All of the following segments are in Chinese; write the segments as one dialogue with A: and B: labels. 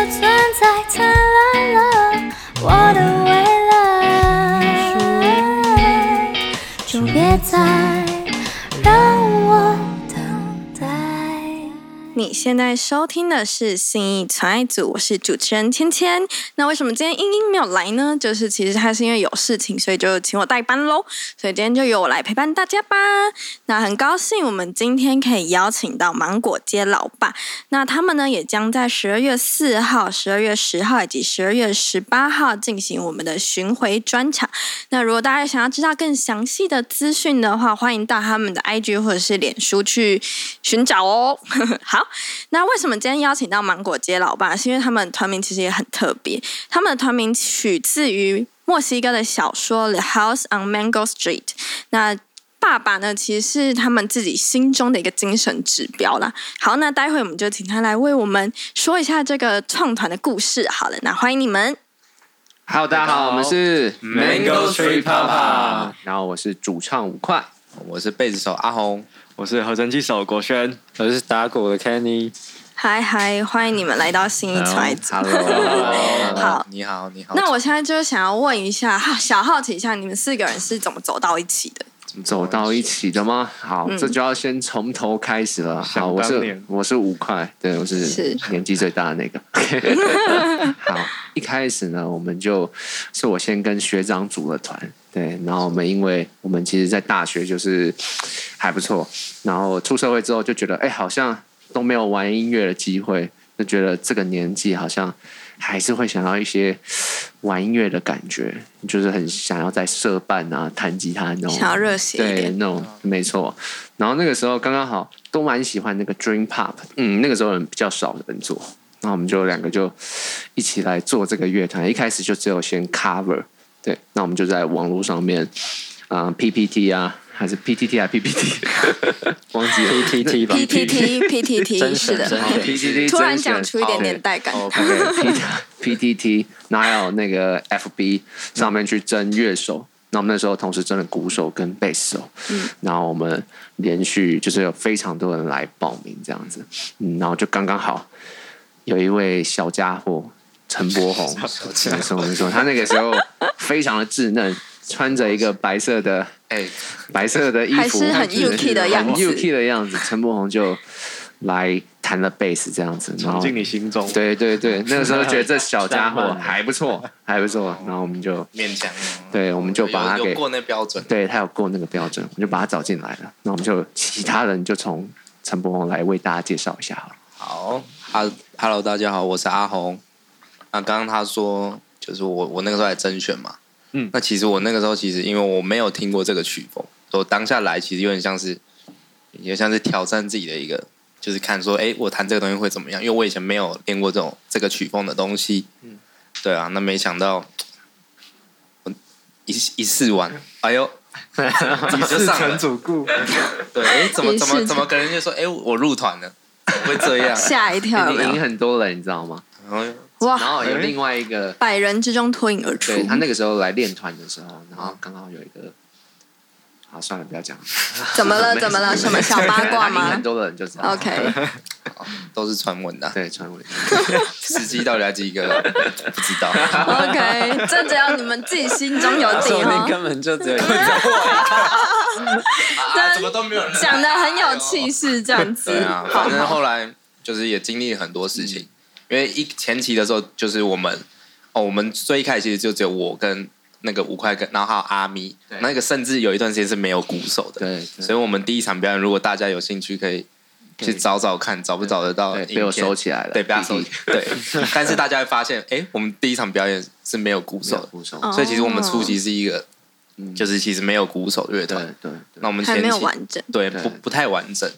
A: 再灿烂了，我的未来，就别再让我等待。
B: 你现在收听的是信义传爱组，我是主持人芊芊。那为什么今天英英没有来呢？就是其实她是因为有事情，所以就请我代班喽。所以今天就由我来陪伴大家吧。那很高兴我们今天可以邀请到芒果街老爸，那他们呢也将在十二月四号、十二月十号以及十二月十八号进行我们的巡回专场。那如果大家想要知道更详细的资讯的话，欢迎到他们的 IG 或者是脸书去寻找哦。 好，那为什么今天邀请到芒果街老爸？是因为他们团名其实也很特别，他们的团名取自于墨西哥的小说《The House on Mango Street》。那爸爸呢，其实是他们自己心中的一个精神指标啦。好，那待会我们就请他来为我们说一下这个创团的故事。好了，那欢迎你们。
C: Hello，大家好，我们是
D: Mango Tree Papa
C: 然后我是主唱五块，
D: 我是贝斯手阿红，
E: 我是合成器手国轩，
F: 我是打鼓的 Kenny。
B: 嗨嗨，欢迎你们来到新一传组。
D: Hello，
B: 好
D: 你好，你好。
B: 那我现在就是想要问一下， 哈小好奇一下，你们四个人是怎么走到一起的？
C: 走到一起的吗？好，这就要先从头开始了。好，我
E: 嗯想当
C: 是
E: 年
C: 我是五块，对，我是
B: 是
C: 年纪最大的 那个。好，一开始呢，我们就是我先跟学长组了团，对，然后我们因为我们其实，在大学就是还不错，然后出社会之后就觉得，哎，好像都没有玩音乐的机会，就觉得这个年纪好像还是会想要一些玩音乐的感觉，就是很想要在社办啊弹吉他那种，
B: 想要热血一
C: 对
B: 点，嗯
C: 那种没错。然后那个时候刚刚好都蛮喜欢那个 Dream Pop，嗯，那个时候人比较少人做，那我们就两个就一起来做这个乐团。一开始就只有先 cover，对，那我们就在网络上面啊、PPT 啊，还是 PTT 啊 PPT，忘记了
F: PTT 吧
B: PTT PTT
F: 真
B: 是
F: 神
B: 的
F: 真，
C: 好 PTT
B: 突然
C: 甄选
B: 讲出一点
C: 好
B: 点带感。
C: P T T，然后还有那个 F B 上面去争乐手。那我们那时候同时争了鼓手跟贝斯手，嗯，然后我们连续就是有非常多人来报名这样子，嗯，然后就刚刚好有一位小家伙陈柏宏，没错没错，他那个时候非常的稚嫩，穿着一个白色的
D: 哎，
C: 白色的衣服，
B: 还是很 UK 的样子
C: 很 UK 的样子。陈柏宏就来弹了贝斯这样子，然后
E: 闯进你心中。
C: 对对对，那个时候觉得这小家 伙还不错，还不错。然后我们就
D: 啊勉强。
C: 对我们就把它
D: 有
C: 给
D: 有过那标准。
C: 对他有过那个标准，我们就把他找进来了。那我们就其他人就从陈柏宏来为大家介绍一下好了。
D: 好哈，Hello，大家好，我是阿红。那刚刚他说，就是我我那个时候来甄选嘛，
E: 嗯
D: 那其实我那个时候其实因为我没有听过这个曲风，所以我当下来其实有点像是，也像是挑战自己的一个，就是看说，哎，我弹这个东西会怎么样？因为我以前没有练过这种这个曲风的东西，嗯，对啊，那没想到，我一一试完，哎 呦，怎么就上了？
E: 主顾，
D: 对，哎，怎么
B: 也
D: 怎么
B: 是
D: 怎么可能就说，哎，我入团了，怎么会这 样？
B: 吓一跳有
C: 已
B: 没
C: 经赢
B: 有？哦
C: 很多人，你知道吗？
D: 然后。
C: 然
B: 哇，
C: 后有另外一个，
B: 百人之中脱颖而出
C: 对。他那个时候来练团的时候，然后刚好有一个，好算了，不要讲了。
B: 怎么 了？怎么了？什么小八卦
C: 他赢
B: 吗
C: 很多人就知道。
B: ？OK，
D: 都是传闻的、
C: 对，传闻。
D: 实际到底来几个不知道。
B: OK，这只要你们自己心中有底
F: 说不定
B: 哈，
F: 根本就只有一个
B: 那
D: 啊，怎么都没有人
B: 讲的很有气势，这样子
D: 对啊，，
B: 好
D: 反正后来就是也经历了很多事情，因为一前期的时候就是我们哦，我们最一开始其实就只有我跟那个五块跟，然后还有阿咪，那个甚至有一段时间是没有鼓手的。
C: 对，对
D: 所以我们第一场表演，如果大家有兴趣，可以去找找看，找不找得到
C: 对
D: 影片？
C: 被我收起来了
D: 对，
B: 嗯
D: 被他收 起。 对，但是大家会发现，哎，我们第一场表演是没有鼓手的，
C: 鼓手
B: 哦
D: 所以其实我们初期是一个，就是其实没有鼓手乐
C: 嗯对
D: 团。
C: 对对
D: 那我们前
B: 还没
D: 期
B: 有完整。
D: 对
C: 对嗯
D: 不不太完整。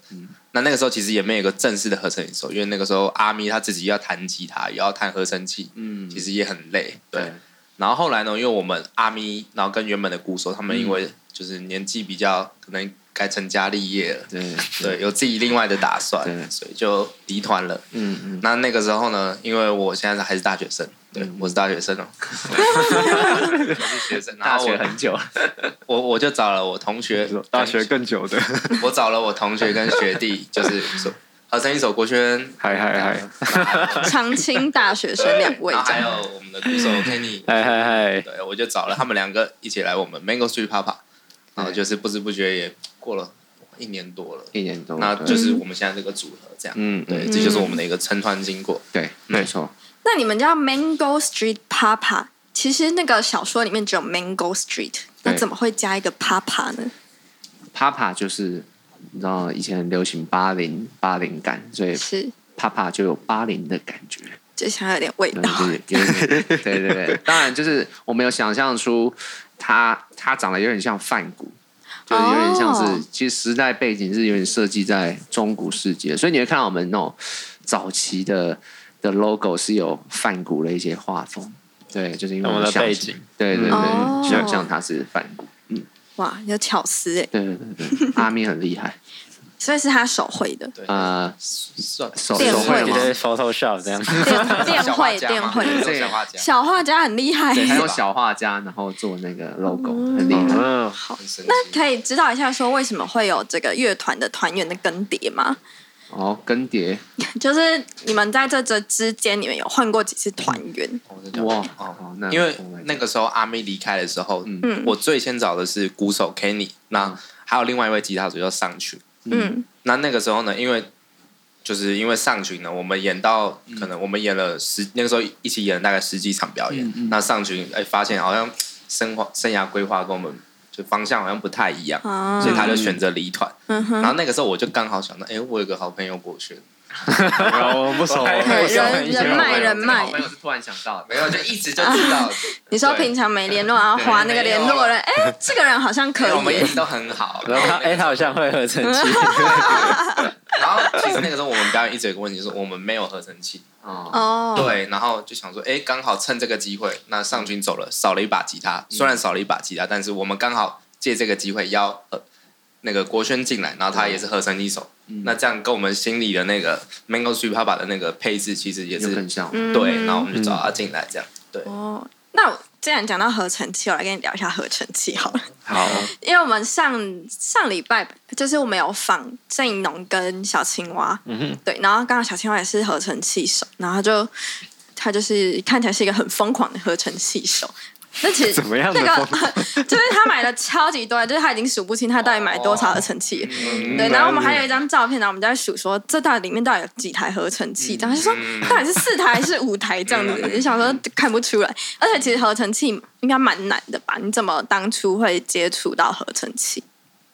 D: 那那个时候其实也没有一个正式的合成演奏，因为那个时候阿咪他自己要弹吉他，也要弹合成器，
C: 嗯
D: 其实也很累。对。
C: 对
D: 然后后来呢，因为我们阿咪，然后跟原本的鼓手他们
C: 嗯
D: 因为就是年纪比较，可能该成家立业了，
C: 对
D: 对，有自己另外的打算
C: 对，
D: 所以就离团了。
C: 嗯嗯，
D: 那那个时候呢，因为我现在还是大学生，对、我是大学 生哦，我是学生，然
C: 大
D: 后
C: 学
D: 我
C: 很久了，
D: 我 我就找了我同学，
E: 大学更久的，
D: 我找了我同学跟学弟，就是说好，三一首国轩，
G: 嗨嗨嗨
B: 长青大学生两位
D: 然后
B: 这
D: 啊还
B: 样。
D: 有我们的鼓手 Kenny，
G: 嗨嗨嗨，
D: 对我就找了他们两个一起来我们 Mango Street Papa，然后就是不知不觉也过了一年多了，
C: 一年多，
D: 那
C: 对
D: 就是我们现在这个组合这样。
C: 嗯，
D: 对，
C: 对
D: 这就是我们的一个成团经过。
C: 对，没错，
B: 那你们叫 Mango Street Papa，其实那个小说里面只有 Mango Street，那
C: 对
B: 怎么会加一个 Papa 呢？
C: Papa 就是你知道以前很流行八零八零感，所以
B: 是，
C: Papa 就有八零的感觉，
B: 就想要有点味
C: 对
B: 道。
C: 就是有点对对对，当然就是我没有想象出他他长得有点像梵谷。就是有点像是
B: 哦
C: 其实时代背景是有点设计在中古世界，所以你会看到我们那种早期的的 logo 是有梵谷的一些画风，对，就是因为
G: 我们的
C: 相
G: 背
C: 信
G: 景，
C: 对对
B: 哦
C: 对，像像他是梵谷，
B: 哇，有巧思哎，
C: 对对对对，阿咪很厉害，
B: 所以是他手绘的，
D: 对，
C: 呃，
D: 算
C: 手
B: 电
C: 手绘
B: 绘
G: 你
C: 吗
B: 吗？
G: 在 Photoshop 这样，
B: 电电
D: 小画
B: 绘
D: 家
B: 电
D: 嘛
B: 绘，
D: 这种小画家，
B: 小画家很厉害。
C: 对，还有小画家，然后做那个 logo，很厉害。
G: 嗯，
D: 很神奇。
B: 那可以知道一下，说为什么会有这个乐团的团员的更迭吗？
C: 哦，更迭，
B: 就是你们在这这之间，你们有换过几次团员？
D: 我在讲
C: 哇
D: 哦
C: 哦那，
D: 因为
C: 我们
D: 那个时候阿妹离开的时候，
B: 嗯
D: 嗯，我最先找的是鼓手 Kenny，那还有另外一位吉他手叫上群。
B: 嗯，
D: 那那个时候呢，因为就是因为上群呢，我们演到可能我们演了十，那个时候一起演了大概十几场表演。那上群哎、发现好像生活生涯规划跟我们就方向好像不太一样，
B: 啊
D: 所以他就选择离团。
B: 嗯
D: 然
B: 哼，
D: 后那个时候我就刚好想到，哎、我有个好朋友博轩，
G: 然后我们不熟，
B: 对
D: 我想
B: 人
D: 以前
B: 人
D: 我
B: 脉
D: 有
B: 人脉
C: 好，朋友是突然想到的，
D: 没有就一直就知
B: 啊
D: 道。
B: 你说
D: 对
B: 平常没联络，然后划那个联络人，哎，这个人好像可
D: 对我们
B: 以
D: 演，都很好，
G: 然后他哎，他好像会合成器，
D: 然后其实那个时候我们表演一直有个问题，是我们没有合成器。
C: 哦，
B: 哦，，
D: 对，然后就想说，哎，刚好趁这个机会，那上军走了，少了一把吉
B: 嗯
D: 他。虽然少了一把吉他，但是我们刚好借这个机会邀呃那个国轩进来，然后他也是合成一手。
C: 嗯
D: 那这样跟我们心里的那个 Mango Street Papa 的那个配置其实也
C: 就是更像，
B: 嗯
D: 对，然后我们就找他进来这样。对，
B: 哦，那我既然讲到合成器，我来跟你聊一下合成器好了。
C: 好，
B: 因为我们上上礼拜就是我们有访郑怡农跟小青蛙，
G: 嗯
B: 对，然后刚好小青蛙也是合成器手，然后他就他就是看起来是一个很疯狂的合成器手。那其 实
G: 怎么样的
B: 那
G: 疯
B: 个 就是他买了超级多，就是他已经数不清他到底买多少合成器。
D: 嗯
B: 对，然后我们还有一张照片，然后我们就在数说这到底里面到底有几台合成器，
F: 嗯
B: 然后就说到底是四台还是五台这样 子，就想说看不出来。而且其实合成器应该蛮难的吧？你怎么当初会接触到合成器？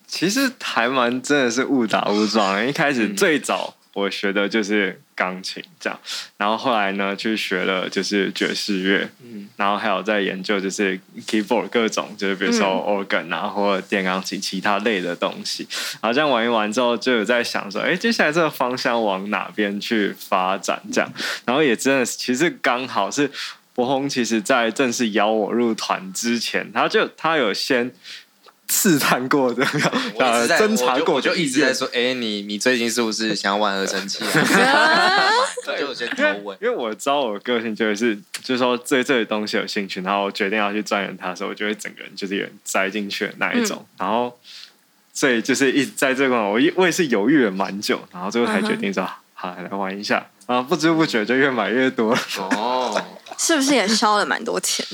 F: 其实还蛮真的是误打误撞的。一开始最早我学的就是钢琴这样，然后后来呢去学了就是爵士乐，嗯，然后还有在研究就是 keyboard 各种，就是比如说 organ 啊、或者电钢琴其他类的东西。然后这样玩一玩之后，就有在想说，哎，接下来这个方向往哪边去发展这样。然后也真的是其实刚好是博宏，其实在正式邀我入团之前，他就他有先试探过的，
D: 嗯我一
F: 呃
D: 直，在
F: 侦查
D: 我就
F: 过
D: 我就
F: 的意
D: 一直在
F: 愿
D: 说，哎，你你最近是不是想要玩合成器啊？ 我就有些
F: 因
D: 头
F: 为
D: 尾。
F: 因为我知道我个性就是，就是说对这个东西有兴趣，然后我决定要去钻研它的时候，我就会整个人就是有点栽进去的那一
B: 嗯
F: 种。然后，所以就是一直在这个，我也我也是犹豫了蛮久，然后最后才决定说，
B: 嗯
F: 啊好来玩一下。然后不知不觉就越买越多了，
C: 哦，
B: 是不是也烧了蛮多钱？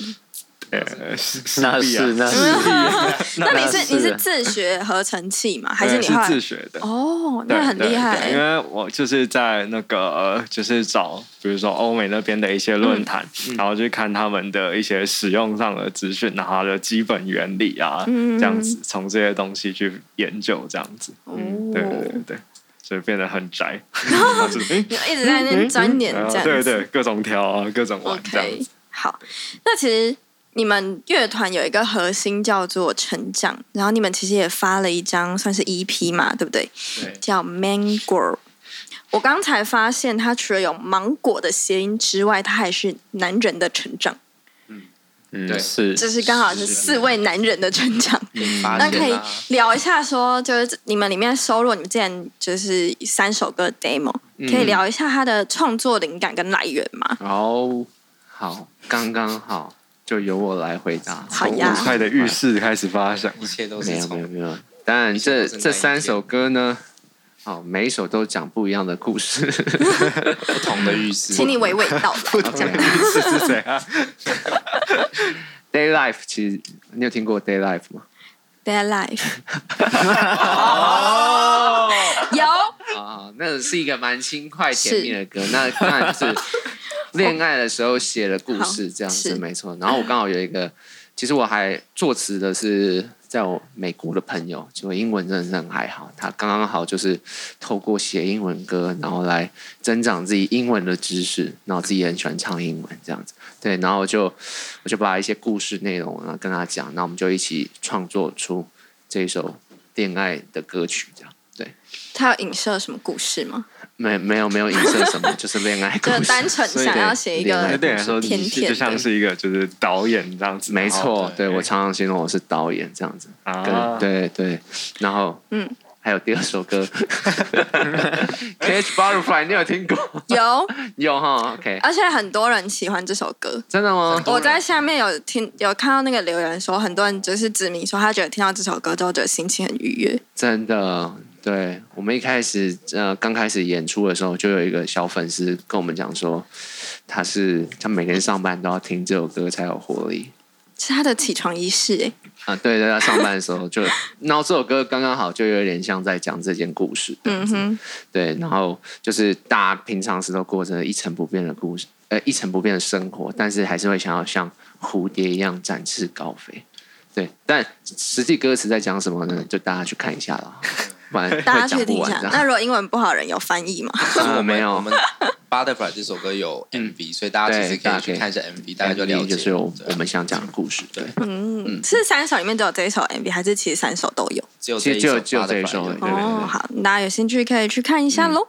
F: 呃是是
G: 那
F: 必啊
G: 是那是，
B: 那你
G: 那
B: 是
G: 是
B: 你是自学合成器吗？还是
F: 对
B: 你
F: 是
B: 后来
F: 自学的？
B: 哦，
F: 对
B: 那很厉害
F: 对对因
B: 欸。
F: 为我就是在那个、呃就是找，比如说欧美那边的一些论坛，
B: 嗯
C: 嗯
F: 然后去看他们的一些使用上的资讯，然后它的基本原理啊，
B: 嗯
F: 这样子从这些东西去研究，这样子，
B: 哦
F: 对对对对，所以变得 很宅，然后就是诶
B: 你就一直在那边钻研
F: 然
B: 这
F: 后
B: 样
F: 嗯啊对
B: 子。
F: 对，各种调啊，各种玩这样
B: OK，
F: 子，
B: 好，那其实你们乐团有一个核心叫做成长，然后你们其实也发了一张算是 EP 嘛，对不对？
D: 对
B: 叫 Mango。我刚才发现，它除了有芒果的谐音之外，它还是男人的成长，
G: 嗯是，
B: 就是刚好是四位男人的成长。
F: 嗯
D: 发
B: 那可
D: 现
B: 以
D: 啊
B: 聊一下说，就是你们里面收录你们之前就是三首歌的 demo，、可以聊一下它的创作灵感跟来源吗？
C: 然后好，刚刚好，就由我来回答。
B: 好呀
F: 五，块的浴室开始发想，
D: 一切都
C: 没
D: 是
C: 有没有
D: 从
C: 没有，当然这
D: 都是那一
C: 这三
D: 天
C: 首歌呢，哦，每一首都讲不一样的故事。
D: 不同的浴室，
B: 请你娓娓道来，这样
E: 是是谁啊？
C: Day Life 其实你有听过 Day Life 吗？
B: Their Life。有
C: 啊，那是一个蛮轻快甜蜜的歌。那当然是恋爱的时候写的故事，这样子
B: 是
C: 没错。然后我刚好有一个，其实我还作词的是在我美国的朋友，就英文真的是很还好。他刚刚好就是透过写英文歌，然后来增长自己英文的知识，然后自己也很喜欢唱英文这样子。对，然后我就我就把一些故事内容然后跟他讲，然后我们就一起创作出这首恋爱的歌曲这样。对，
B: 他有影射什么故事吗？
C: 没没有没有影射什么，就是恋爱故
B: 就
C: 事，
B: 单纯
C: 所以
B: 想要写一个
C: 恋爱
E: 那
C: 故事
E: 对你来说，
B: 甜
E: 你
B: 甜的
E: 就像是一个就是导演这样子。
C: 没错
E: 哦，
C: 对我常常形容我是导演这样子，
E: 啊
C: 跟，对对，然后
B: 嗯，
C: 还有第二首 歌，Cage Butterfly，你有听过？
B: 有，
C: 有哈，OK，
B: 而且很多人喜欢这首歌。
C: 真的吗？
B: 呃我在下面有听有看到那个留言说，很多人就是指明说，他觉得听到这首歌之后，觉得心情很愉悦。
C: 真的，对我们一开始呃刚开始演出的时候，就有一个小粉丝跟我们讲说，他是他每天上班都要听这首歌才有活力，
B: 是他的起床仪式哎，
C: 啊，对，在他上班的时候就，然后这首歌刚刚好就有点像在讲这件故事，
B: 嗯哼，
C: 对，然后就是大家平常时都过着一成不变的故事，呃，一成不变的生活，但是还是会想要像蝴蝶一样展翅高飞，对，但实际歌词在讲什么呢？就大家去看一下啦，不然会
B: 大家去
C: 讲不
B: 听一
C: 完
B: 下。
C: 这
B: 那
C: 样。
B: 如果英文不好的人有翻译吗？
D: 就是我
C: 啊
D: 们
C: 没有
D: 我们 Butterfly 这首歌有
C: 嗯
D: MV，所以大家其实可以去看一下 MV，大家就了
C: MV 就
D: 解。
C: 是我
D: 对啊
C: 我们想讲的故事，对，
B: 嗯，是三首里面只有这一首 MV，还是其实三首都有？
D: 只有
C: 其
D: 这
C: 实
D: 一
C: 就
D: 首
C: 只有这一
D: Butterfly
C: 首而已对对嗯对
B: 哦，好，大家有兴趣可以去看一下喽。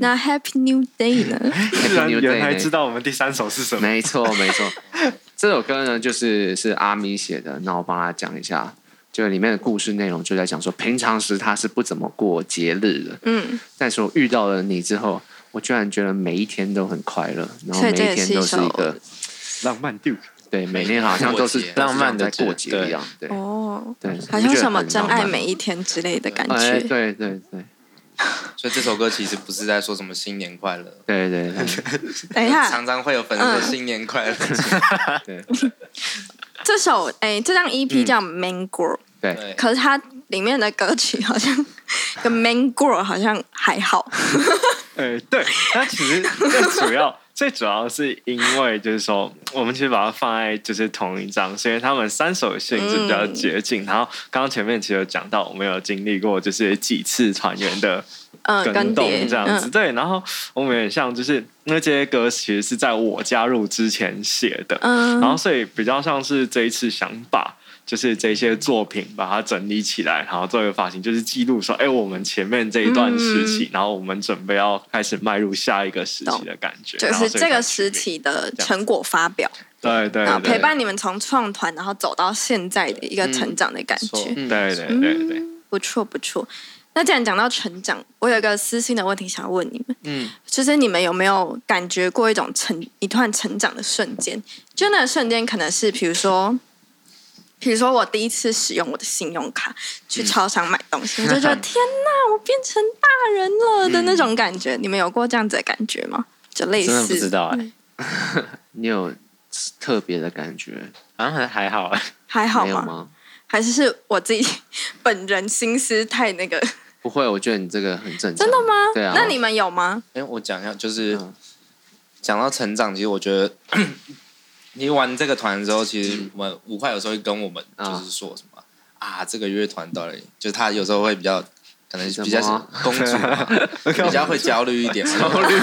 B: 那 Happy New Day 呢？
E: 居然原来
C: Day
E: 知道我们第三首 是什么。
C: 没错，没错。这首歌呢，就是是阿咪写的，那我帮他讲一下，就里面的故事内容就在讲说，平常时他是不怎么过节日的，
B: 嗯，
C: 但是我遇到了你之后，我居然觉得每一天都很快乐，然后
B: 所
C: 每
B: 以这也
C: 天
B: 是一
C: 都是一个
E: 浪漫 Duke，
C: 对，每天好像都是
D: 过节
C: 都是
F: 浪漫的
C: 在过
F: 节
C: 节
F: 对
C: 一样，对
B: 哦，
C: 对，
B: 好
C: 你
B: 像
C: 不觉得
B: 什么
C: 很
B: 真
C: 浪
B: 爱
C: 漫
B: 每一天之类的感
C: 哎，
B: 觉。
C: 对对对
D: 所以这首歌其实不是在说什么新年快乐，
C: 对对对，
B: 等一下，
D: 常常会有粉丝说新年快乐，
B: 这首哎、这张
E: 嗯
B: EP 叫《Mango》，
C: 对，
D: 对，
B: 可是它里面的歌曲好像 跟《Mango》好像还好。
E: 哎，对，它其实最主要 最主要是因为就是说，我们其实把它放在就是同一张，是因为他们三首的性质比较接近。然后刚刚前面其实有讲到，我们有经历过就是几次团员的
B: 嗯，
E: 跟
B: 跟
E: 动
B: 碟
E: 这样子，，对。然后我们也像就是那这些歌其实是在我加入之前写的，
B: 嗯
E: 然后所以比较像是这一次想把就是这些作品把它整理起来，然后做一个发型，就是记录说，哎、我们前面这一段时期，
B: 嗯
E: 然后我们准备要开始迈入下一个时期的感觉，
B: 就
E: 然后
B: 是
E: 所以
B: 这
E: 才
B: 个
E: 取
B: 时
E: 名，
B: 期的成果发表，
E: 对对
B: 然后
E: 对，嗯
B: 陪伴你们从创团，然后走到现在的一个成长的感觉。
E: 对，对
B: 嗯
E: 对对对。
B: 不错不错。那既然讲到成长，我有一个私心的问题想要问你们，
C: 嗯，
B: 就是你们有没有感觉过一种成一段成长的瞬间？就那个瞬间可能是，比如说，比如说我第一次使用我的信用卡
F: 嗯
B: 去超商买东西，我 就觉得天哪，我变成大人了的那种感觉。你们有过这样子的感觉吗？就类
F: 嗯真的不知
B: 似，
F: 道哎，
C: 你有特别的感觉
F: 好像还还好哎，
B: 还好
C: 没有
B: 吗？
C: 吗？
B: 还是是我自己 本人心思太那个？
C: 不会，我觉得你这个很正常，
B: 真的吗？
C: 对啊，
B: 那你们有 吗？
D: 哎，我讲一下，就是
C: 嗯
D: 讲到成长，其实我觉得 你玩这个团之后，其实我们五块有时候会跟我们
C: 啊
D: 就是说什么啊，这个乐团到底就是他有时候会比较可能比较
C: 什么
D: 公主 嘛，比较会焦虑一点，焦虑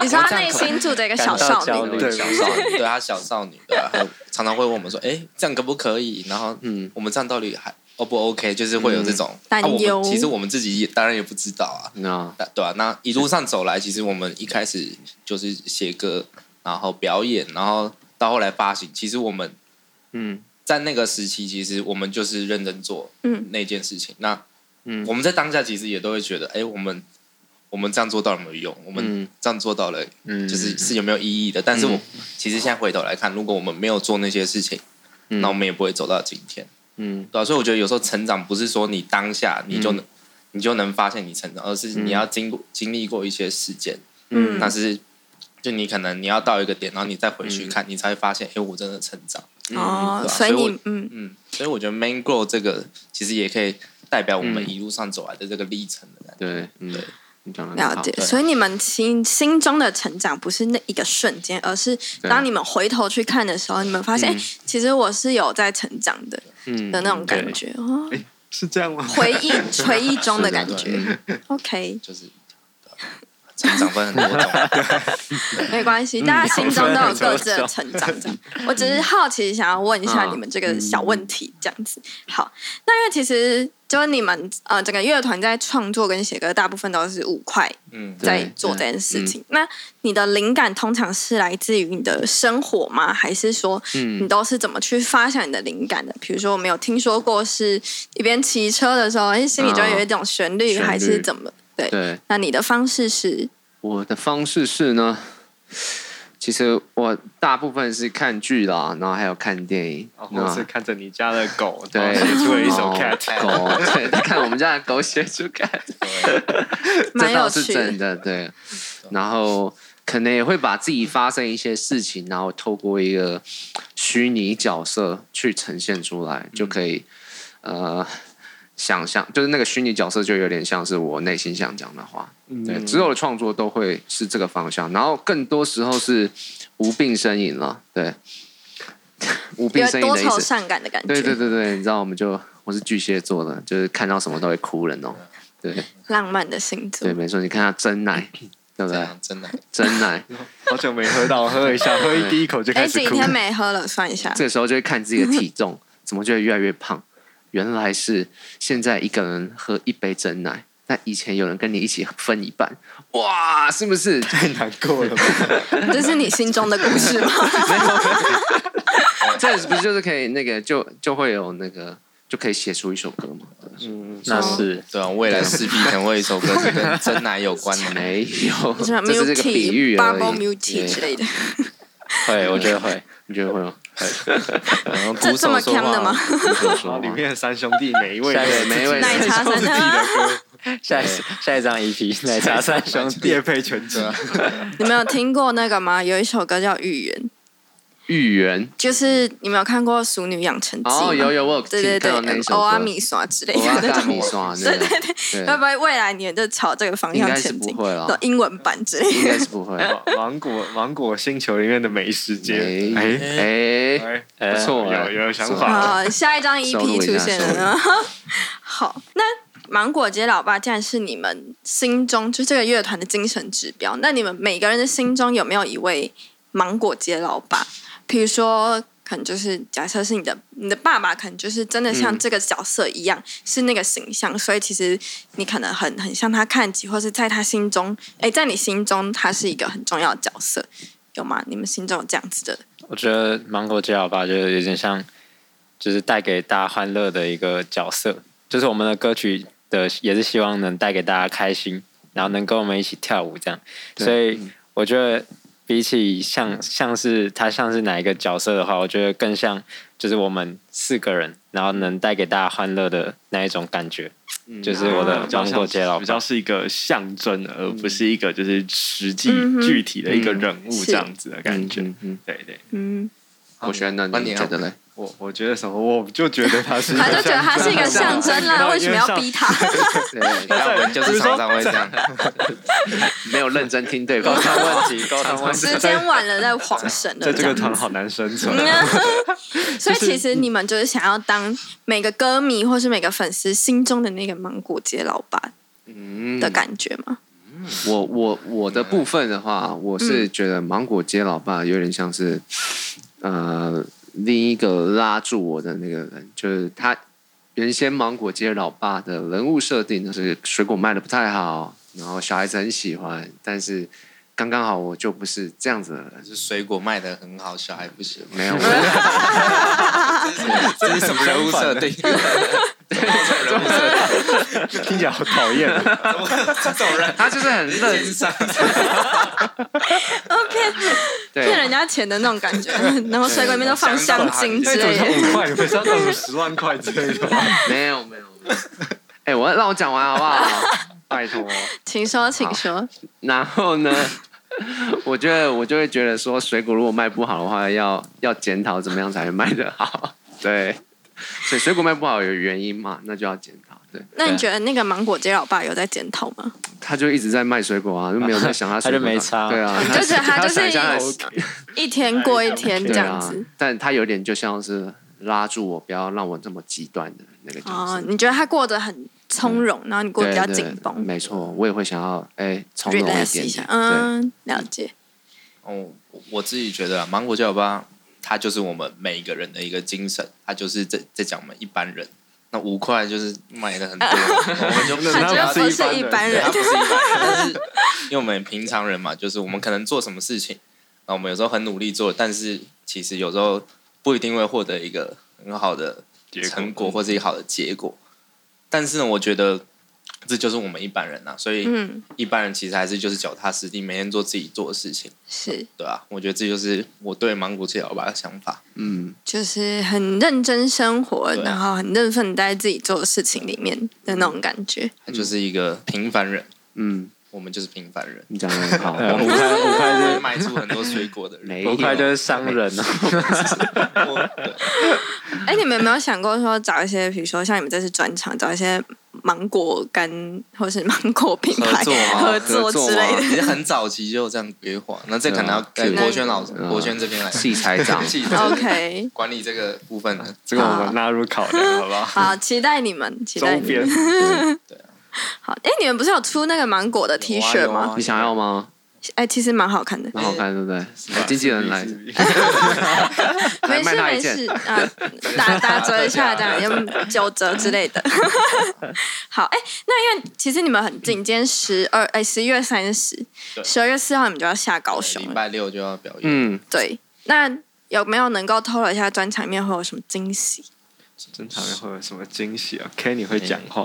B: 你说他内心住着一个小少
F: 感到
B: 女
F: 焦虑，
D: 对小少女，对她小少女，对吧？还有常常会问我们说，哎、这样可不可以？然后，嗯
C: 嗯，
D: 我们这样到底还 O 不 OK？就是会有这种
B: 嗯
D: 啊我们
B: 担忧
D: 其实我们自己也当然也不知道啊，
C: 那
D: 那对啊，那一路上走来，其实我们一开始就是写歌，然后表演，然后到后来发行，其实我们
C: 嗯
D: 在那个时期，其实我们就是认真做
B: 嗯
D: 那件事情。那
C: 嗯
D: 我们在当下其实也都会觉得，哎、我们我们这样做到有没有用？我们
C: 嗯
D: 这样做到了，
F: 嗯
D: 就是是有没有意义的？但是我、
C: 嗯
D: 其实现在回头来看，如果我们没有做那些事情，
C: 嗯
D: 那我们也不会走到今天，
C: 嗯
D: 对啊？所以我觉得有时候成长不是说你当下你就能，你就能发现你成长，而是你要经过、经历过一些事件，
B: 嗯
D: 但是就你可能你要到一个点，然后你再回去看，你才会发现，哎、我真的成长。
B: 哦
D: 对，啊
B: 所以
D: 所以
B: 你
D: 我
B: 嗯
D: 嗯，所以我觉得 main grow 这个其实也可以代表我们
C: 嗯
D: 一路上走来的这个历程的感觉。
C: 对，嗯
D: 对，
C: 你讲的
B: 了解，所以你们心心中的成长不是那一个瞬间，而是当你们回头去看的时候，你们发现，哎、其实我是有在成长的
C: 嗯
B: 的那种感觉，哦，
E: 是这样吗？
B: 回忆回忆中的感
D: 是的
B: 觉。OK，
D: 就是啊成长分很多种，
B: 没关系，大家心中都有各自的成长。这样，我只是好奇，想要问一下
C: 嗯
B: 你们这个小问题，这样子。好，那因为其实就是你们呃，整个乐团在创作跟写歌，大部分都是五块
D: 嗯，
C: 对嗯
B: 在做这件事情。那你的灵感通常是来自于你的生活吗？还是说
C: 嗯
B: 你都是怎么去发想你的灵感的？比如说，我没有听说过是一边骑车的时候，哎，心里就会有一种旋律，
C: 啊旋律
B: 还是怎么？对，
C: 对。
B: 那你的方式是
C: 我的方式是呢，其实我大部分是看剧啦，然后还有看电影。
E: 哦，
C: 那
E: 我是看着你家的狗，
C: 对
E: 然后写出了一首
C: 哦
E: cat，
C: 狗，对，看我们家的狗写出 cat，
B: 蛮
C: 这
B: 有
C: 倒是
B: 趣
C: 真
B: 的。
C: 的，对。然后可能也会把自己发生一些事情，然后透过一个虚拟角色去呈现出
B: 嗯
C: 来，就可以呃想象，就是那个虚拟角色就有点像是我内心想讲的话。
B: 嗯
C: 对，之后的创作都会是这个方向，然后更多时候是无病呻吟了，对， 无病
B: 有
C: 呻吟
B: 多
C: 的意
B: 愁
C: 思。
B: 善感的感觉，
C: 对对对对，你知道我们就我是巨蟹座的，就是看到什么都会哭人哦。对
B: 浪漫的星座
C: 对，。没错，你看他真奶，对不
D: 这
C: 对？
D: 样啊真的
C: 真奶，
E: 好久没喝到，喝一下，喝一第一口就
B: 哎，
E: 开始
B: 几
E: 哭。
B: 天没喝了，算一下。
C: 这个时候就会看自己的体重，怎么就会越来越胖？原来是现在一个人喝一杯真奶，那以前有人跟你一起分一半，哇，是不是？
E: 太难过了吧，
B: 这是你心中的故事吗？
D: 啊
C: 这不是就是可以那个就就会有那个就可以写出一首歌吗？嗯
F: 那是
D: 对啊，未来势必成为一首歌是跟真奶有关 的。
C: 没有，
B: 什么
C: 这只是个比喻
B: Muti、
C: 而
B: Bubble
C: 已。
B: Muti 之类的，
F: 会，我觉得会。
C: 你觉得会吗？
D: 然后
B: 这
D: 鼓
B: 这么
D: 手说
B: 强的吗
D: 话，？
E: 然后里面的三兄弟每一位
F: 下一
E: 都
F: 个
C: 对，每一位
B: 奶茶
E: 都
B: 三
E: 是自己的歌，
F: 下一下一张 EP 奶茶三兄弟
E: 夜配全集，
B: 你们有听过那个吗？有一首歌叫《预言》，
C: 芋圆
B: 就是你们有看过《熟女养成记》吗？
C: 哦，有有我有
B: 对对
C: 听
B: 对呃
C: 看到那一，首歌，
B: 欧阿米耍之类
C: 欧阿
B: 的那
C: 大
B: 种
C: 米。刷那
B: 对对
C: 个，
B: 对，
C: 对
B: 会不会未来你们就朝这个方
C: 应
B: 向
C: 该是
B: 前进？
C: 不会啦
B: 的英文版之类
C: 应该
B: 的。
C: 是不会。
F: 啊
E: 芒果芒果星球里面的美食街，哎
C: 哎哎，
E: 哎，
C: 不错啊，
E: 有有想
C: 不错
E: 法
B: 啊，下一张
C: 收录
B: EP
C: 一下
B: 出现了呢。 好，那芒果街老爸既然是你们心中就这个乐团的精神指标，那你们每个人的心中有没有一位芒果街老爸？比如说，可能就是假设是你的你的爸爸，可能就是真的像这个角色一样、是那个形象，所以其实你可能很很向他看齐，或是在他心中，哎，在你心中他是一个很重要的角色，有吗？你们心中有这样子的？
F: 我觉得芒果街老爸就是有点像，就是带给大家欢乐的一个角色，就是我们的歌曲的也是希望能带给大家开心，然后能跟我们一起跳舞这样。所以
E: 嗯
F: 我觉得比起像像是他像是哪一个角色的话，我觉得更像就是我们四个人，然后能带给大家欢乐的那一种感觉，就是我的
E: 比较
F: 芒
E: 像
F: 果街老
E: 比
F: 爸
E: 较。是一个象征，而不是一个就是实际
B: 嗯哼
E: 具体的一个人
B: 嗯
E: 物
B: 是
E: 这样子的感觉。
C: 嗯嗯，
E: 对对，
B: 嗯，
C: 我觉得那
D: 那你
C: 你
D: 要
C: 觉得嘞？
E: 我我觉得什么，我就觉得 他是一个
B: 他就觉得他是一个象
E: 象征
B: 征啦，为什么要逼 他？
C: 对，
D: 那我们就是常常会这样，
C: 没有认真听对方
F: 沟。通问题，沟通问题。
B: 时间晚了再晃神了，
E: 在这个
B: 样
E: 团好难生 存。
B: 嗯 所以其实你们就是想要当每个歌迷或是每个粉丝心中的那个芒果街老爸
C: 嗯
B: 的感觉吗？
C: 我我我的部分的话，我是觉得芒果街老爸有点像是，呃，另一个拉住我的那个人，就是他原先芒果街老爸的人物设定，就是水果卖的不太好，然后小孩子很喜欢，但是刚刚好我就不是这样子的人，
D: 就是水果卖的很好，小孩不行。
C: 没有，
D: 这是什么人物设定？
E: 听起来好讨厌，
C: 他就是很认真，对，
B: 骗人家钱的那种 感觉， 然后水果里面都放香精之
E: 那种
B: 类
E: 像
B: 的。
E: 五块，你们是要那种十万块之类的吗？
C: 没有没有没有，哎，我让我讲完好不好？拜托。
B: 请说，请
C: 啊
B: 说。
C: 然后呢， 我觉得我就会觉得说，水果如果卖不好的话，要要检讨怎么样才会卖得好。 对，所以水果卖不好有原因嘛，那就要检讨。对，
B: 那你觉得那个芒果街老爸有在检讨吗？
C: 他就一直在卖水果啊，就没有在想他水
F: 他就
C: 果
F: 没
C: 嘛
F: 差
C: 对啊，
B: 就觉得他就是
C: 想一想他
B: 一天
C: 哎
B: 过一天这
C: 对
B: 样
C: 啊
B: 子。，
C: 但他有点就像是拉住我，不要让我这么极端的那个角色。
B: 哦，你觉得他过得很从容，然后你过得
C: 对
B: 比较
C: 嗯对
B: 紧绷
C: 没错，我也会想要哎从容一点
B: ，relax 一
C: 点
B: 下。，
C: 对，
B: 嗯，了解。
D: 哦，我我自己觉得啊，芒果叫吧，它就是我们每一个人的一个精神，它就是在在讲我们一般人。那五块就是卖的很 多，我们就
E: 那
B: 他
E: 他
B: 觉得
E: 不
B: 不
E: 是
B: 是
E: 一般
B: 一
E: 人
B: 般人
D: 对啊他，不是一般人，但是因为我们平常人嘛，就是我们可能做什么事情，那我们有时候很努力做，但是其实有时候不一定会获得一个很好的成果或者一个好的结果。但是呢，我觉得这就是我们一般人呐、所以
B: 嗯，
D: 一般人其实还是就是脚踏实地，每天做自己做的事情，
B: 是，
D: 对啊，我觉得这就是我对芒果治疗吧的想法。
C: 嗯，
B: 就是很认真生活，
D: 对啊
B: 然后很认份在自己做的事情里面的那种感觉。
D: 他就是一个平凡人，
C: 嗯，
D: 我们就是平凡人，
C: 你讲的很好。
F: 对五块五块
D: 就是
F: 是
D: 卖出很多水果的人。
C: 没
F: 五块就
C: 有
F: 是商人哦，
D: 我对
B: 哎，你们有没有想过说找一些，比如说像你们这次专场，找一些芒果干或是芒果品 牌
D: 合作吗
B: 合作
C: 合作
B: 之类
C: 吗
B: 的？
D: 其实很早期就这样规划，那这可能要
C: 对啊
D: 给
B: 可以
D: 国轩老师、
C: 嗯
D: 国轩这边来
C: 器材长
D: 器
B: OK，
D: 管理这个部分的。
E: 这个我们纳入考量，好 不好？
B: 好，期待你们，期
E: 周
B: 待你们。
E: 边
B: 好，哎，你们不是有出那个芒果的 T 恤
D: 有啊有
B: 吗
D: 啊？
C: 你想要吗？
B: 哎，其实蛮好看的。
C: 很好看，对不对？哎经纪人来，
B: 没事
C: 卖他
B: 没
C: 一件啊
B: 事啊，打打折一下这 样，用九折之类的。 好，哎、那因为其实你们很近，今天十二哎十一月三十，
D: 对
B: 十二月四号你们就要下高雄
D: 礼
B: 了。
D: 拜六就要表演，
C: 嗯，
B: 对，那有没有能够透露一下专场里面会有什么惊喜？
E: 正常人会有什么惊喜啊？Kenny 会讲话，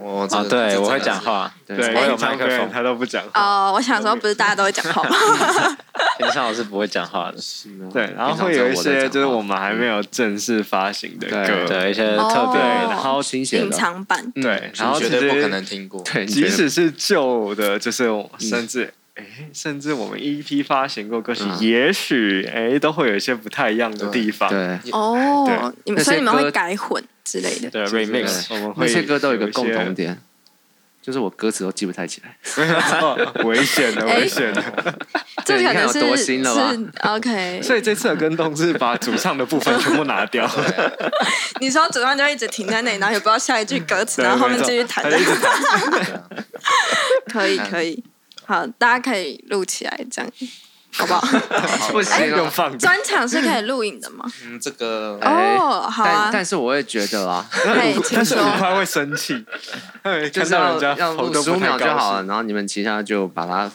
D: 我这
F: 哦，
D: 个
F: 哎对
D: 这
F: 我会
D: 真的
F: 讲
D: 是，
F: 话，哎
C: 对
E: 对，
F: 我有
E: 平常
F: 麦克
E: 别人
F: 风
E: 他都 不讲话，
B: 哦、我想说不是大家都会讲 话吗？
F: 平常我是不会讲话的，
E: 对，然后会有一些就是我们还没有正式发行的歌，
C: 对嗯
F: 对一些特
E: 对，
F: 别
B: 哦
E: 然后
C: 超新鲜
B: 隐
C: 的，
B: 藏 版
E: 对，然
D: 你
E: 后
D: 绝
E: 其
D: 对不可
E: 实
D: 能听过。
C: 对，你觉
E: 即
C: 得嗯
E: 使是旧的，就是甚至。哎，甚至我们 EP 发行过歌曲，
C: 嗯
E: 也许哎都会有一些不太一样的地方。
C: 对
B: 哦
E: 对，
B: 你们
C: 那些
B: 所以你们会
C: 歌
B: 改混之类的。
F: 对
E: 就是
F: remix，
E: 我们会
C: 那些歌都有一个
E: 一些
C: 共同点，就是我歌词都记不太起来。
E: 哦危险的，
B: 哎
E: 危险的。
B: 这可
C: 对你看
B: 能
C: 有
B: 是
C: 多新了吧
B: 是 OK，
E: 所以这次的跟动是把主唱的部分全部拿掉，
B: 你说主唱就一直停在那里，然后也不知道下一句歌词，
E: 对
B: 然后后面
E: 没错
B: 继续弹
E: 他。就一直弹
B: 可以可以，好，大家可以录起来，这样好 不好？
C: 不
E: 哎
C: 行
E: 用
C: 啊，
E: 放着。
B: 专场是可以录影的吗？
D: 嗯，这个
C: 哎
B: 哦，好啊
C: 但，但是我会觉得啦，
B: 可以，请
E: 但是
B: 说。
E: 五块会生 气，哎
C: 就
E: 看
C: 是
E: 到
C: 要
E: 人家
C: 要
E: 头
C: 录
E: 都
C: 十
E: 不
C: 五
E: 太
C: 秒
E: 高
C: 就好了，
E: 兴。
C: 然后你们其他就把它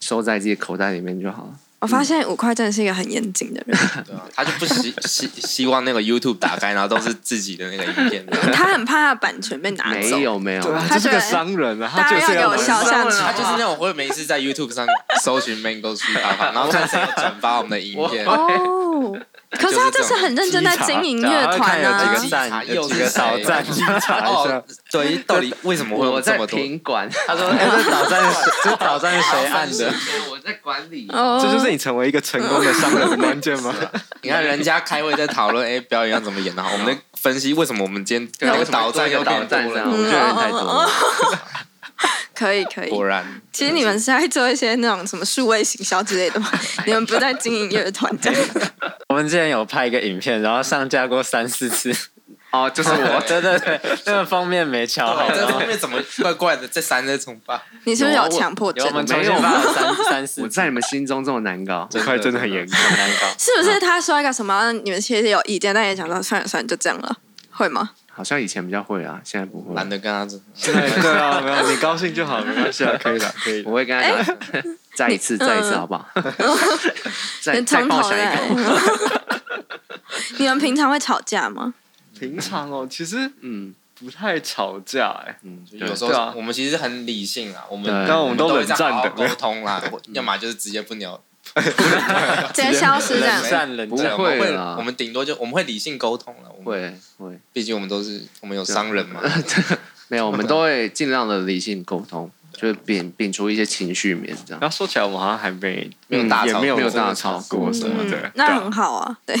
C: 收在自己口袋里面就好了。
B: 我发现五块真的是一个很严谨的人，
D: 对啊，他就不希 希希望那个 YouTube 打开，然后都是自己的那个 影片，
B: 他很怕他的版权被拿
C: 没
B: 走。
C: 有没有，
E: 对啊，
B: 他
E: 这
B: 觉得
E: 是个商人啊，
B: 大
E: 他
B: 家
E: 就是
B: 要给我
E: 玩
B: 笑下去，
D: 他就是那种会每次在 YouTube 上搜寻 Mango s u 然后看谁有转发我们的影片，
B: 哦。可是他就是很认真在经营乐团
F: 然后看
B: 啊
F: 有几，个
D: 啊
F: 赞，有几个
D: 又是谁
F: 少赞，查一
D: 又
F: 下
D: 哦。，对，到底为什么会有
C: 我
D: 这
C: 在
D: 么多？
C: 品 管，
F: 他 说：“哎，这导站是这导站是谁按的？
C: 我在管理。
B: 哦，
E: 这就是你成为一个成功的商人的关键吗？
D: 你看人家开会在讨论，哎，表演要怎么演，然后我们在分析为什么我们今天那个导
C: 在
D: 战又
C: 导
D: 变
C: 站
D: 多
C: 上，我
D: 了。
C: 觉得人太
B: 嗯哦
C: 多了。
B: 可以可以。
D: 果然，
B: 其实你们是在做一些那种什么数位行销之类的吗？你们不在经营乐团这样？
F: 我们之前有拍一个影片，然后上架过三四次。
C: 哦，就是我
F: 我 对对对，那个封面没敲哦好，
D: 这
F: 然后
D: 后面怎么怪怪的？这三在重吧，
B: 你是不是
F: 有啊
B: 有
F: 我
B: 强迫
F: 有
B: 症
F: 我？们重
C: 没
F: 新
C: 有
F: 发了三 三
C: 我
F: 四次，
C: 在你们心中这么难搞，
E: 五块真的很严格，
F: 很难搞。
B: 是不是他说一个什么，你们其实有意见，但也想说算了算了，就这样了，会吗？
C: 好像以前比较会啊，现在不会。
D: 懒得跟他争。
E: 对对啊，没有你高兴就好，没关系啊，可以 的，可以的
C: 我。会跟他讲， 再一次，再一次，
B: 哎嗯
C: 好 不好？再再
B: 从
C: 爆
B: 头
C: 响
B: 来
C: 一口。。
B: 你们平常会吵架吗？
E: 平常哦，其实
C: 嗯
E: 不太吵架哎，
C: 嗯，
D: 有时
E: 对啊
D: 候我们其实很理性啦，我们
C: 对
E: 但我
D: 我
E: 们
D: 们都
E: 冷
D: 会
E: 战的
D: 这，样好好沟通啦，或要么就是直接不聊，
B: 直接消失这样
F: 冷？战冷
C: 不
D: 对
F: 战
D: 我们
C: 会
D: 会
C: 啦
D: 我们顶多就我们会理性沟通了，我们
C: 会会，
D: 毕竟我们都是我们有商人嘛，
C: 没有，我们都会尽量的理性沟通，就是摒摒除一些情绪面这样。
E: 然后说起来，我们好像还没
D: 没有大
E: 也
D: 吵
E: 没有
C: 没有
E: 真的
C: 大
E: 吵
C: 吵
E: 过什么的
B: 嗯，，那
E: 对
B: 很
E: 啊
B: 好啊，对，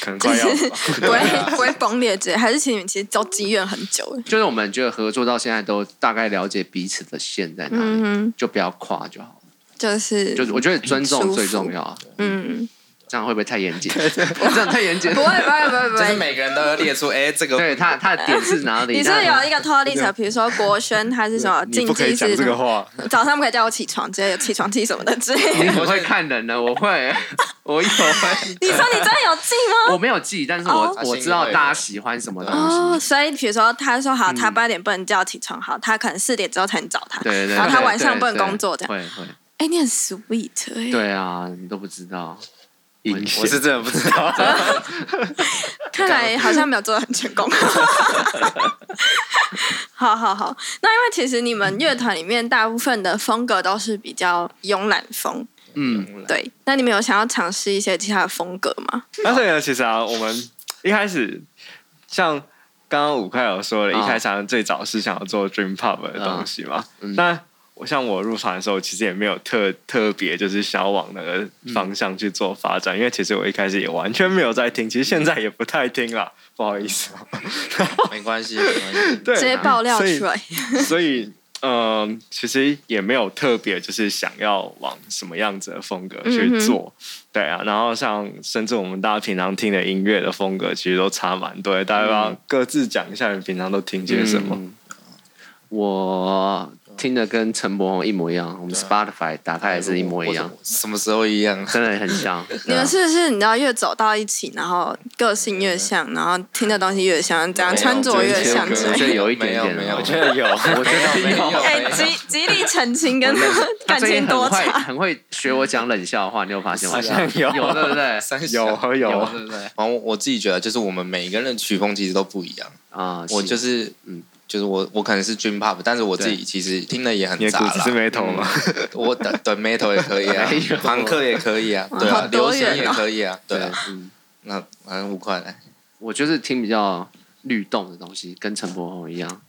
E: 可能
B: 就
E: 快
F: 啊
E: 要
B: 是
E: 吧
B: 不会不会崩裂之类，还是其实你们其实都积怨很久了。
C: 就是我们觉得合作到现在都大概了解彼此的线在哪里，
B: 嗯，
C: 就不要跨就好了。
B: 就是
C: 就是我觉得尊重
B: 舒
C: 最
B: 服
C: 重要啊，
B: 嗯，
C: 这样会不会太严 谨？这样太严谨
B: 不。会不会不会不
D: 就是
B: 会。
D: 每个人都要列出，哎，这个
C: 对他他的点是哪里？
B: 你是
C: 那
B: 有一个脱离者，比如说国轩他是什么
E: 你
B: 禁
E: 不可以
B: 忌
E: 讲
B: 是
E: 这个 话，
B: 早上不可以叫我起床，直接有起床气什么的之类 的。
C: 你很会看人呢，我会， 我有会，
B: 你说你真的有记吗？
C: 我没有记，但是我、
B: 哦
C: 我知道大家喜欢什么东西。
B: 哦，所以比如说，他说好，他八点不能叫我起床，好，他可能四点之后才能找他。
C: 对对对，
B: 然后他晚上
C: 对
B: 不能工作这样。
C: 会会，
B: 哎，你很 sweet 哎。
C: 对啊，你都不知道，
E: 影
D: 我是
E: 响
D: 真的不知道。
B: 看来好像没有做的很成 功。好好好，那因为其实你们乐团里面大部分的风格都是比较慵懒风，
C: 嗯，
B: 对。那你们有想要尝试一些其他的风格吗？
E: 那所以呢，其实啊，我们一开始像刚刚五块有说的，
C: 嗯
E: 一开始好像最早是想要做 dream pop 的东西嘛。
C: 嗯
E: 那我像我入团的时候，其实也没有特特别就是想要往那个方向去做发展，因为其实我一开始也完全没有在听，其实现在也不太听啦，不好意思哦。
D: 没关系，没关系。
E: 对，
B: 直接爆料
E: 所以
B: 出来，
E: 所以，嗯，其实也没有特别就是想要往什么样子的风格去做，对啊。然后像甚至我们大家平常听的音乐的风格，其实都差蛮多的。大家要不要各自讲一下你平常都听些什么？
C: 嗯我听的跟陈柏宏一模一样，我们 Spotify 打开也是一模一样，，
D: 什么时候一样？
C: 真的很像。
B: 你
C: 对啊
B: 们是不是你知道越走到一起，然后个性越像，然后听的东西越像，这样
D: 没有
B: 穿着越像
C: 我
B: 之
C: 觉
B: 类
C: 得
B: 的？
C: 有一点点
D: 没有没
C: 了，
D: 有
C: 啊我
F: 我
C: 觉得
F: 觉得 有，
D: 我觉 得没有，
B: 哎、
D: 没有
B: 极极力澄清跟
C: 他
B: 感
C: 最近
B: 情
C: 很
B: 多
C: 会
B: 差。
C: 很会学我讲冷笑话，你有发现吗？
F: 好像有
C: 有对不对？
D: 三小
E: 啊有和有
C: 有对不对？
D: 然后我自己觉得，就是我们每一个人的曲风其实都不一样。
C: 啊，
D: 我就是，嗯，就是我，我可能是 dream pop，但是我自己
C: 对
D: 其实听的也很
E: 你的
D: 杂
E: 骨子是
D: 啦。嗯
E: 没头吗？
D: 我的对 metal 也可以啊
C: 没有，
D: 朋克也可以啊，
B: 哇
D: 对啊
B: 好，多
D: 流
B: 元哦
D: 行也可以啊，对
C: 对
D: 啊。，
C: 嗯，
D: 那反正五块来，
C: 我就是听比较律动的东西，跟陈柏宏一样。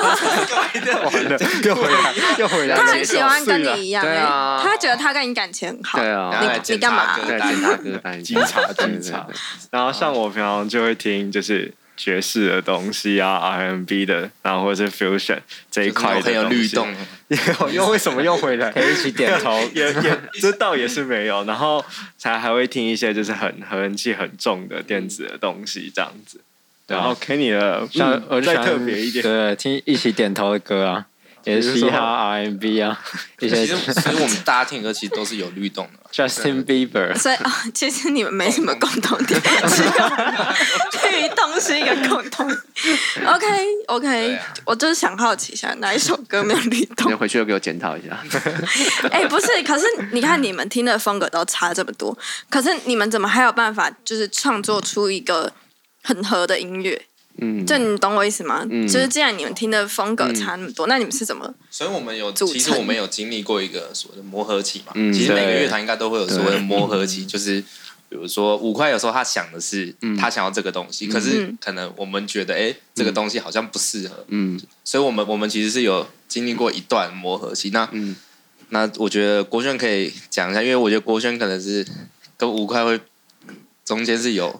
E: 完了，又回来，又回来，
B: 他很喜欢跟你一样、
C: 对啊
B: 哎他觉得他跟你感情很好。
C: 对啊，
D: 然后来
B: 你
D: 检
B: 干嘛
D: 查歌
C: 对，
D: 单
C: 警察歌 单，
E: 稽查稽查。然后像我平常就会听就是。爵士的东西啊，R&B 的，然后或者是 fusion 这一块的
D: 很有
E: 东西啊
D: 律动，
E: 又 又为什么又回 来？
F: 可以一起点头。
E: 也也这倒也是没有，然后才还会听一些就是很合人气很重的电子的东西这样子。
F: 对
E: 然后
F: 啊，
E: Kenny 的
F: 像
E: 嗯
F: 我就
E: 再
F: 喜欢
E: 特别一点，
F: 对，听一起点头的歌啊，也是嘻哈 R&B 啊，一
D: 其
F: 些
D: 实其实我们大家听的歌其实都是有律动的。
F: Justin Bieber。
B: 所以啊、其实你们没什么共同点，只有律动是一个共同。OK
D: 对
B: OK，、
D: 啊
B: 我就是想好奇一下，哪一首歌没有律
C: 你
B: 动？
C: 回去又给我检讨一下。
B: 哎、不是，可是你看你们听的风格都差这么多，可是你们怎么还有办法就是创作出一个很合的音乐？
C: 嗯，
B: 就你懂我意思吗？
C: 嗯
B: 就是既然你们听的风格差那么多，那你们是怎么？
D: 所以我们有，
B: 组成
D: 其实我们有经历过一个所谓的磨合期嘛。
C: 嗯
D: 其实每个
F: 对
D: 乐团应该都会有所谓的磨合期，就是比如说五块，有时候他想的是、他想要这个东西，可是
B: 嗯
D: 可能我们觉得，哎、这个东西好像不适合，
C: 嗯
D: 所以我们我们其实是有经历过一段磨合期。那
C: 嗯，
D: 那我觉得国轩可以讲一下，因为我觉得国轩可能是跟五块会中间是有，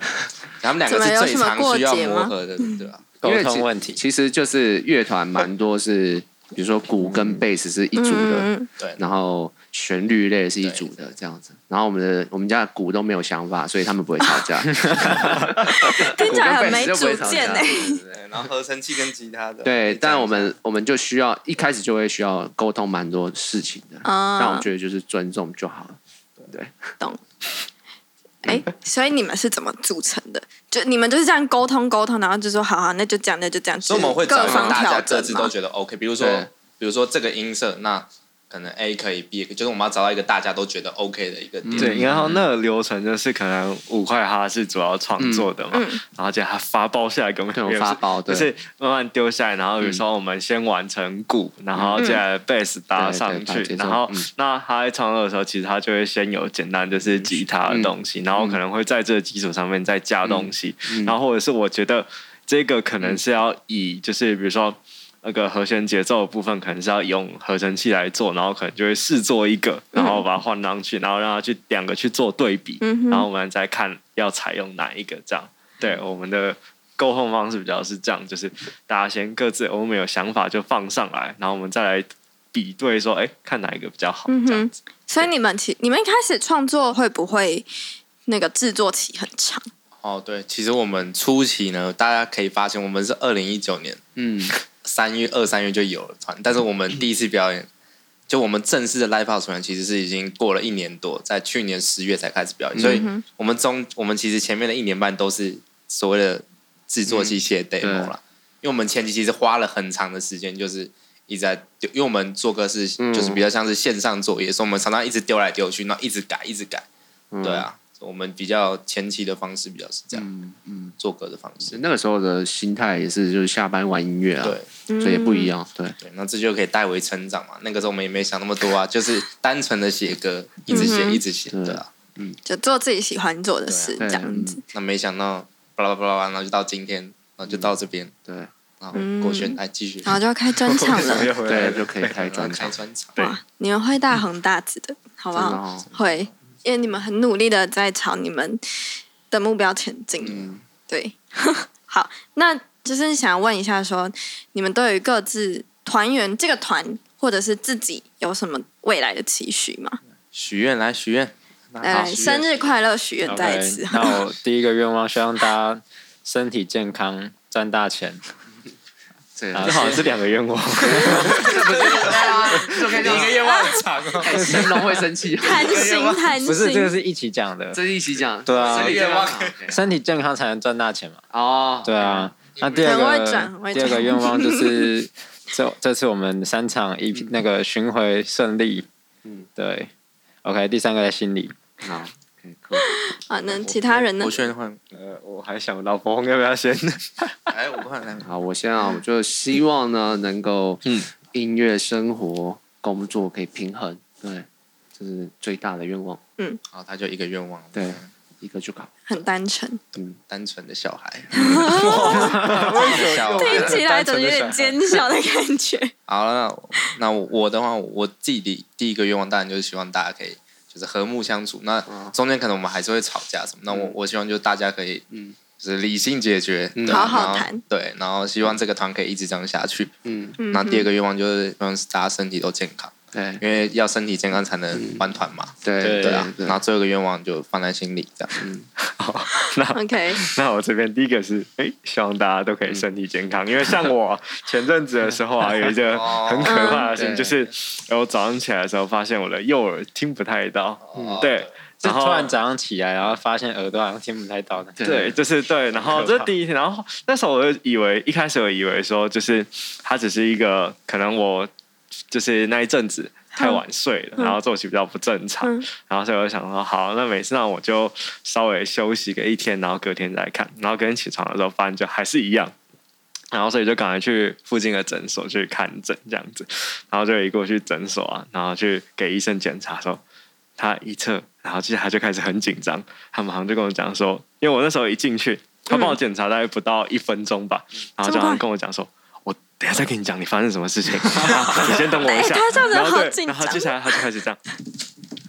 D: 他们两个
B: 怎么
D: 是
B: 有
D: 最
B: 什么
D: 常
B: 过
D: 需要
B: 节
D: 磨
B: 吗
D: 合的，对吧？
F: 沟
C: 因为
F: 通
C: 其
F: 问题，
C: 其实就是乐团蛮多是，比如说鼓跟贝斯是一组的，
B: 嗯，
D: 对，
C: 然后旋律类是一组的这样子。然后我们的我们家的鼓都没有想法，所以他们不会吵 架。
B: 听起来很没
C: 哎鼓跟贝斯就不
B: 主
C: 会吵
B: 见
C: 架
B: 哎、
D: 对然后合成器跟吉他的，
C: 对，但我们我们就需要一开始就会需要沟通蛮多事情的，
B: 啊
C: 嗯但我觉得就是尊重就好了。
B: 哎，所以你们是怎么组成的？就你们就是这样沟通沟通，然后就说好好，那就这样，那就这样。
D: 所以我们会
B: 各
D: 找一个
B: 方
D: 大
B: 调
D: 家
B: 整
D: 各自
B: 嘛
D: 都觉得 OK，比如说
C: 对
D: 比如说这个音色，那可能 A 可以 B，也可以就是我们要找到一个大家都觉得 OK 的一个点。
C: 嗯
E: 对，然后那个流程就是可能五块哈是主要创作的嘛，
B: 嗯
E: 然后就他发包下来给我们
C: 对我
E: 没有
C: 发
E: 是
C: 包对嗯
E: 就是慢慢丢下来，然后比如说我们先完成鼓，然后接下来贝斯搭上
C: 对对
E: 去
C: 把，节奏
E: 然后
C: 嗯
E: 那他在创作的时候，其实他就会先有简单就是
C: 嗯
E: 吉他的东西，然后可能会在这个基础上面再加东西，然后或者是我觉得。这个可能是要以就是比如说那个和弦节奏的部分，可能是要用合成器来做，然后可能就会试做一个，
C: 嗯
E: 然后把它换上去，然后让它去两个去做对比，
B: 嗯哼
E: 然后我们再看要采用哪一个这样。对，我们的沟通方式比较是这样，就是大家先各自我们有想法就放上来，然后我们再来比对说，哎，看哪一个比较
B: 嗯
E: 好这样子。
B: 所以你们其你们一开始创作会不会那个制作期很长？
D: 哦，对，其实我们初期呢，大家可以发现，我们是二零一九年
C: 嗯，
D: 三月、二三月就有了团，但是我们第一次表演，就我们正式的 live house 团，其实是已经过了一年多，在去年十月才开始表演，所以我们中我们其实前面的一年半都是所谓的制作器械 demo 啦，因为我们前期其实花了很长的时间，就是一直在丢，因为我们做歌是
C: 嗯
D: 就是比较像是线上作业，所以我们常常一直丢来丢去，然后一直改，一直改，对啊，我们比较前期的方式比较是这样，
C: 嗯嗯，
D: 做歌的方式，
C: 那个时候的心态也是就是下班玩音乐啊，
D: 对。
C: 所以也不一样，对，
D: 对，那这就可以代为成长嘛。那个时候我们也没想那么多啊，就是单纯的写歌，一直写，一直写，
C: 对
D: 对啊。
B: 就做自己喜欢做的事，
C: 对
B: 这
C: 啊
B: 样子。
D: 那没想到，巴拉巴拉巴拉，然后就到今天，然后就到这边，
C: 对
D: 然后国轩来继续，
B: 然后就要开专场了，
C: 对，就可以开专
D: 开
C: 场，
D: 专场。
E: 对
B: 哇！你们会大红大紫的，好不
C: 真的
B: 好？
C: 哦，
B: 会，因为你们很努力的在朝你们的目标前进。
C: 嗯
B: 对， 好，那就是想问一下说，你们对于各自团员这个团或者是自己有什么未来的期许吗？
D: 许愿来许愿，
B: 来来，生日快乐，许愿再一
F: OK，
B: 次。
F: 那我第一个愿望，希望大家身体健康，赚大钱。
C: 这
F: 啊
C: 个
F: 像是两个愿望。
D: 你一个愿望很长哦，
C: 神龙会生气，
B: 贪心，贪心，
F: 不是，这个是一起讲的。
C: 这是一起讲，
F: 对啊
C: 这里
D: 愿望
F: 身体健康才能赚大钱嘛。
C: 哦，
F: 对啊，那第二
B: 很会转很
F: 个
B: 会转
F: 第二个愿望就是 这这次我们三场一
E: 嗯
F: 那个巡回顺利。
C: 嗯
F: 嗯，对。OK，第三个在心里。
C: 好，OK，cool，
B: 啊，那其他人呢
D: 国？轩换，
E: 呃，我还想老婆要不 要先？
D: 哎，我换来，
C: 好，我现在我就希望呢，能够音乐、生活、工作可以平衡，对，这是最大的愿望，
D: 好，他就一个愿望，
C: 对，一个就好。
B: 很单纯，
D: 单纯的小 孩，小孩
B: 听起来怎么有点
F: 单
B: 奸小的感觉？
D: 好了，那我那我我的话，我自己的第一个愿望当然就是希望大家可以就是和睦相处。那
C: 嗯
D: 中间可能我们还是会吵架什么，那我、我希望就是大家可以
C: 嗯
D: 就是理性解决，
C: 嗯
D: 对
B: 好
D: 啊
B: 好
D: 然后
B: 谈
D: 对，然后希望这个团可以一直这样下去。
C: 嗯，
B: 嗯
D: 那第二个愿望就是希望大家身体都健康，
C: 对
D: 因为要身体健康才能玩团嘛。
C: 对
F: 对
D: 对啊，
C: 嗯对
D: 然后最后一个愿望就放在心里，这样。
B: 嗯 OK，
E: 那我这边第一个是，哎、希望大家都可以身体健康，因为像我前阵子的时候啊，有一个很可怕的事情，
C: 嗯
E: 就是呃我早上起来的时候发现我的右耳听不太到，
D: 哦
E: 对，
F: 就
E: 然后
F: 突然早上起来，然后发现耳朵好像听不太到的。
E: 对，就是对，然后这是第一天，然后那时候我就以为一开始我以为说，就是它只是一个可能我就是那一阵子太晚睡了，然后作息比较不正常，
B: 嗯
E: 然后所以我就想说，好，那每次那我就稍微休息个一天，然后隔天再看，然后隔天起床的时候发现就还是一样。然后，所以就赶快去附近的诊所去看诊，这样子。然后就一过去诊所啊，然后去给医生检查的时候，他一测，然后其实他就开始很紧张，他马上就跟我讲说，因为我那时候一进
B: 嗯
E: 去，他帮我检查大概不到一分钟吧，然后就
B: 这么快
E: 好像跟我讲说。我等一下再跟你讲，你发生什么 事情？啊你先等我一下。
B: 哎他这样子
E: 然后
B: 好
E: 对
B: 紧
E: 然后
B: 张
E: 接下来他就开始这样，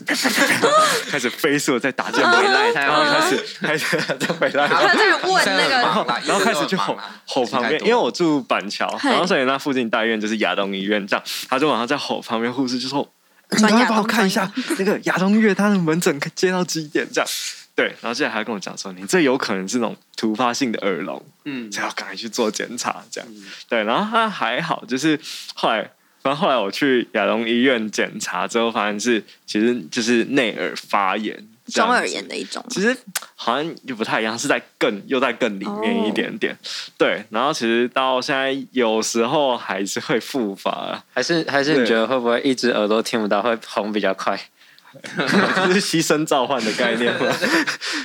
E: 开始飞速的在打键盘，
C: 赖太
E: 然后开
C: 好，
E: 始开始在回来，
B: 他在问那个
E: 然后开始就
D: 啊
E: 啊吼吼旁边，因为我住板桥，
B: 嗨
E: 然后所以那附近大医院就是亚东医院，这样他就晚上在吼旁边护士就说：“你
B: 转
E: 赶
B: 亚东
E: 快帮我看一下那个亚东医院他的门诊接到几点？”这样对，然后接下来还跟我讲说：“你这有可能是那种突发性的耳聋，
C: 嗯
E: 所以要赶快去做检查。”这样对，然后他还好，就是后来。然后后来我去亚东医院检查之后，发现是其实就是内耳发炎， 这样
B: 中
E: 子
B: 耳炎的一种吗。
E: 其实好像又不太一样，是在更又在更里面一点点。对，然后其实到现在有时候还是会复发啊，
F: 还是还是你觉得会不会一只耳朵听不到会红比较快？
E: 这是牺牲召唤的概念嘛。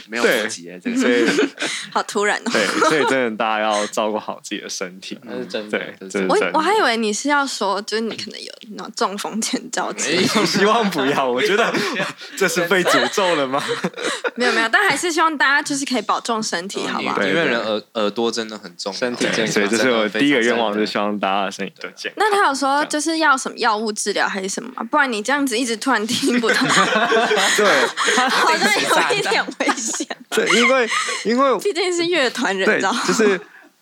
C: 没有
E: 对
C: 逻辑耶这个
E: 所以
B: 好突然哦！
E: 对，所以真的大家要照顾好自己的身体。
D: 那是真的
E: 嗯对，
C: 这是
E: 这是
C: 真
E: 真
B: 我
E: 的
B: 我。还以为你是要说，就是你可能有那种中风前兆之类的，
E: 我 希望不要，我觉得 这是被诅咒了 吗？
B: 没有没有，但还是希望大家就是可以保重身体，好不啊好？
E: 哦对
D: 因为人耳耳朵真的很重要，
F: 身体健康
E: 所以这是我第一个愿望，
D: 真
E: 就
D: 的
E: 希望大家的身体都健康。
B: 那他有说就是要什么药物治疗还是什么吗？不然你这样子一直突然听不到，
E: 对，
B: 好像有一点危险。
E: 这因为因为
B: 毕竟是乐团人，你
E: 对
B: 知道？，
E: 就是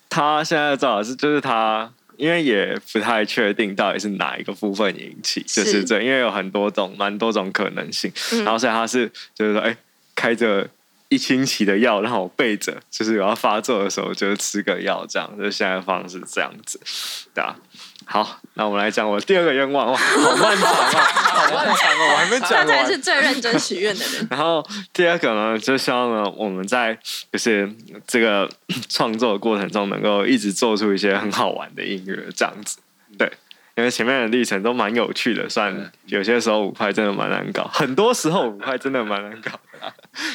E: 他现在的造型是，就是他，因为也不太确定到底是哪一个部分引起，就是
B: 是
E: 这，因为有很多种，蛮多种可能性。
B: 嗯
E: 然后所以他是就是说，哎、开着一星期的药让我备着，就是我要发作的时候就是吃个药，这样，就是现在的方式这样子，对啊。好，那我们来讲我第二个愿望，哇，好漫长啊，好漫长哦，我还没
B: 他
E: 讲
B: 才
E: 完。
B: 是。最认真许愿的人
E: 然后第二个呢，就希望呢我们在就是这个 创作的过程中，能够一直做出一些很好玩的音乐，这样子。对，因为前面的历程都蛮有趣的，算有些时候五块真的蛮难搞，很多时候五块真的蛮难搞的啊。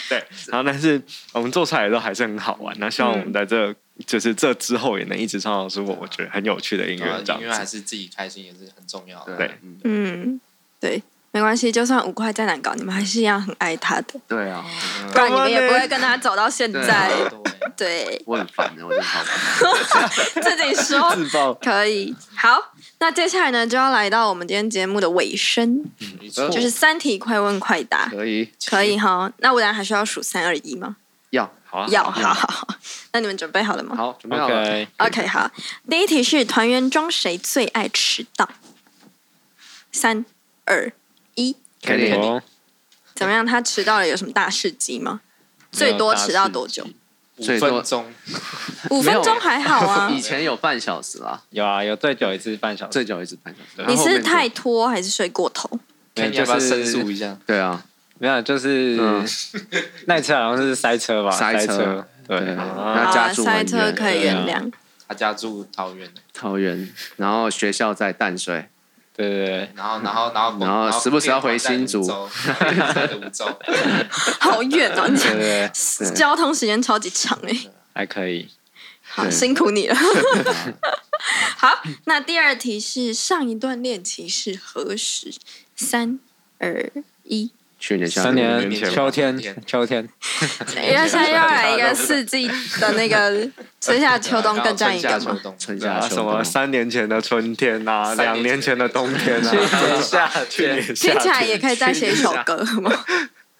E: 对，然后但是我们做出来的都还是很好玩。那希望我们在这、就是这之后也能一直创造出我觉得很有趣的音乐，这
D: 对啊因为还
E: 样子。
D: 是自己开心也是很重要的。
E: 对
C: 嗯
B: 嗯，对，没关系，就算五块再难搞，你们还是一样很爱他的，
C: 对啊，
B: 不然你们
E: 干嘛
B: 也
E: 呢
B: 不会跟他走到现在。
D: 嗯
B: 对，
C: 我很烦的，我真的好烦。
B: 自己说。
E: 自爆
B: 可以，好，那接下来呢，就要来到我们今天节目的尾声，
D: 没错
C: 哦
B: 就是三题快问快答，
C: 可以
B: 可以哈。那我俩还需要数三二一吗？
C: 要好啊
B: 要，好好好。那你们准备好了吗
C: 好，准备好了。
F: OK，
B: ？OK，好。第一题是团员中谁最爱迟到？三二一，
C: 肯定
F: 我
B: 怎么样？他迟到了有什么大事迹吗？最多迟到多久？
D: 五
C: 最多
D: 分钟，
B: 五分钟还好啊。
C: 以前有半小时啦，
F: 有啊，有最久一次半小时，
C: 最久也是半小时。
B: 你
C: 然后后面
B: 是
C: 就
B: 太拖还是睡过头？
D: 看你
F: 就
D: 要不要
F: 是
D: 申诉一下？
C: 对啊，
F: 没有，就是
C: 嗯
F: 那一次好像是塞车吧，
C: 塞车
F: 车，
C: 对，
F: 对，
C: 那家
B: 啊，
C: 住
B: 塞
C: 很
B: 车
C: 远，
B: 可以原
F: 对啊
B: 谅。
D: 他家住桃园，
C: 桃园，然后学校在淡水，
F: 对对对，
D: 然后然后然后
C: 然后时不时要回新竹
D: 泸州，
B: 好远哦，你
F: 对对对，
B: 交通时间超级长哎、
F: 还可以。
B: 好
C: 对
B: 辛苦你了。好，那第二题是上一段恋情是何时？三二一，
C: 去年夏
F: 三年
E: 年前吧
F: 秋天
D: 年，前
F: 秋天，
B: 因为现在哎要来一个四季的那个春夏秋冬各占一
D: 然
B: 个
D: 后春夏
B: 嘛
C: 春
D: 秋。冬
E: 对啊
C: 夏秋
E: 什么
C: 冬，
E: 三年前的春天呐、
D: 三年前
E: 两年前的冬天呐、啊，
F: 夏
E: 去年
B: 听
E: 夏天啊
B: 起来也可以再写一首歌吗？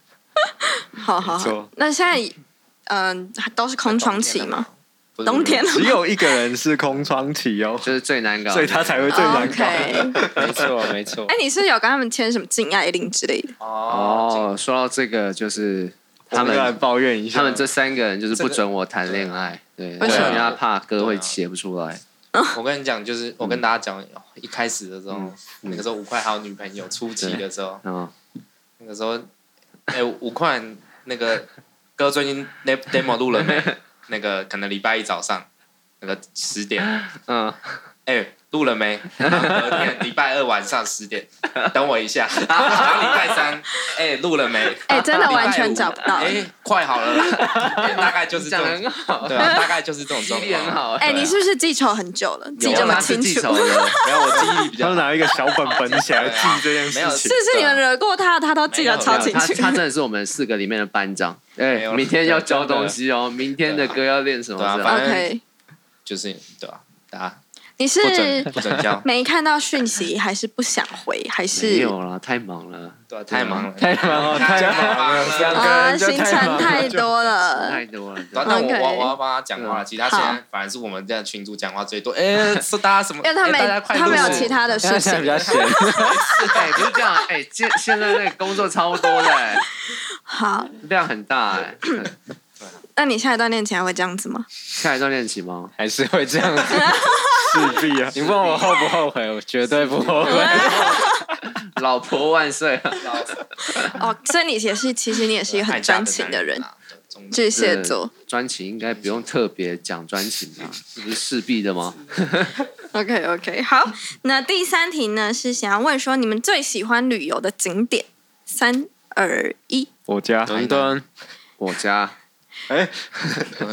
B: 好好好
E: 没错，
B: 那现在嗯、都是空窗期吗？
D: 不是
B: 冬天了
E: 只
B: 吗
E: 有一个人是空窗期 哦，
C: 就是最难搞，
E: 所以他才会最难搞。
B: ？OK，
F: 没错没错
B: 哎、，你是不是有跟他们签什么禁爱令之类的？
D: 哦，
C: 哦。说到这个，就是
E: 他
C: 他
E: 们来
C: 们
E: 抱怨一下，
C: 他们这三个人就是不准我谈恋爱，对，
B: 为什么
C: 因为他怕歌会写不出来，
D: 我跟你讲，就是我
C: 嗯
D: 跟大家讲，一开始的时候，那个时候吴快还有女朋友，初期的时候，
C: 嗯，
D: 那个时候，哎，吴快那个歌最近 de- demo 录了没？那个可能礼拜一早上，那个十点，
C: 嗯，
D: 哎，录了没？然后隔天礼拜二晚上十点，等我一下。然后礼拜三，哎，录了没？
B: 哎、真的完
D: 礼拜
B: 全
D: 五
B: 找不到。
D: 哎，快好了 啦，哎大概就是这
C: 讲得
D: 种，
C: 很好，
D: 对啊，大概就是这种
C: 记
D: 状
C: 忆力很
D: 况。
C: 好，欸
B: 哎、你是不是记仇很久了？记
C: 有啊
B: 这么
C: 他是
B: 清
C: 记
B: 楚？
C: 仇的，
D: 啊没有，我记忆力比
E: 他
D: 较
E: 们拿一个小本本起来
D: 对
E: 记
D: 啊
E: 这件
D: 没有
E: 事情
B: 是。是你
D: 啊
B: 们惹过他，他都记得超
C: 没
B: 清
C: 有他
B: 楚。
C: 他真的是我们四个里面的班 长，
D: 没
C: 哎
D: 有，
C: 明天要教东西哦，明天的歌要练什么
D: 对啊
C: 这样？
D: 反
B: OK，
D: 就是对吧？大家
B: 你
D: 不准
B: 是
D: 不 准教，
B: 没看到讯息，还是不想回，还
C: 没
B: 是
C: 有啦，太忙了，
D: 对啊，太忙了，
F: 太忙了，太忙了，
D: 太
F: 三
D: 忙了
F: 个
B: 啊，
F: 人就
B: 行
F: 太忙
B: 程
F: 了。
B: 太多了。
C: 太多了。对
D: 对啊但我
B: OK
D: 我我要帮他讲话，其实他现在反而是我们这样群主讲话最多。哎，是 大家什么？
B: 因为他
D: 哎
B: 没
D: 大家快
B: 他没有
D: 录
B: 其他的
F: 现在
B: 事
F: 现在比
B: 情
F: 较，闲，
C: 哎，不是这样，哎，现现在那个工作超多的，哎
B: 好，
C: 量很大 哎。
B: 那你下一段恋情还会这样子吗？
C: 下一段练习吗？
F: 还是会这 样子。
E: 势必啊，
F: 你 问我后不后悔，我绝对不后悔。
C: 老婆万岁！啊
B: 哦，所以你也是，其实你也是一个很专情的人，
D: 啊对中
B: 巨蟹座。
C: 专情应该不用特别讲专情啊，是不是势必的吗？
B: OK OK，好，那第三题呢是想要问说你们最喜欢旅游的景点，三二一，
E: 我家
F: 伦 敦，
C: 我家
E: 哎，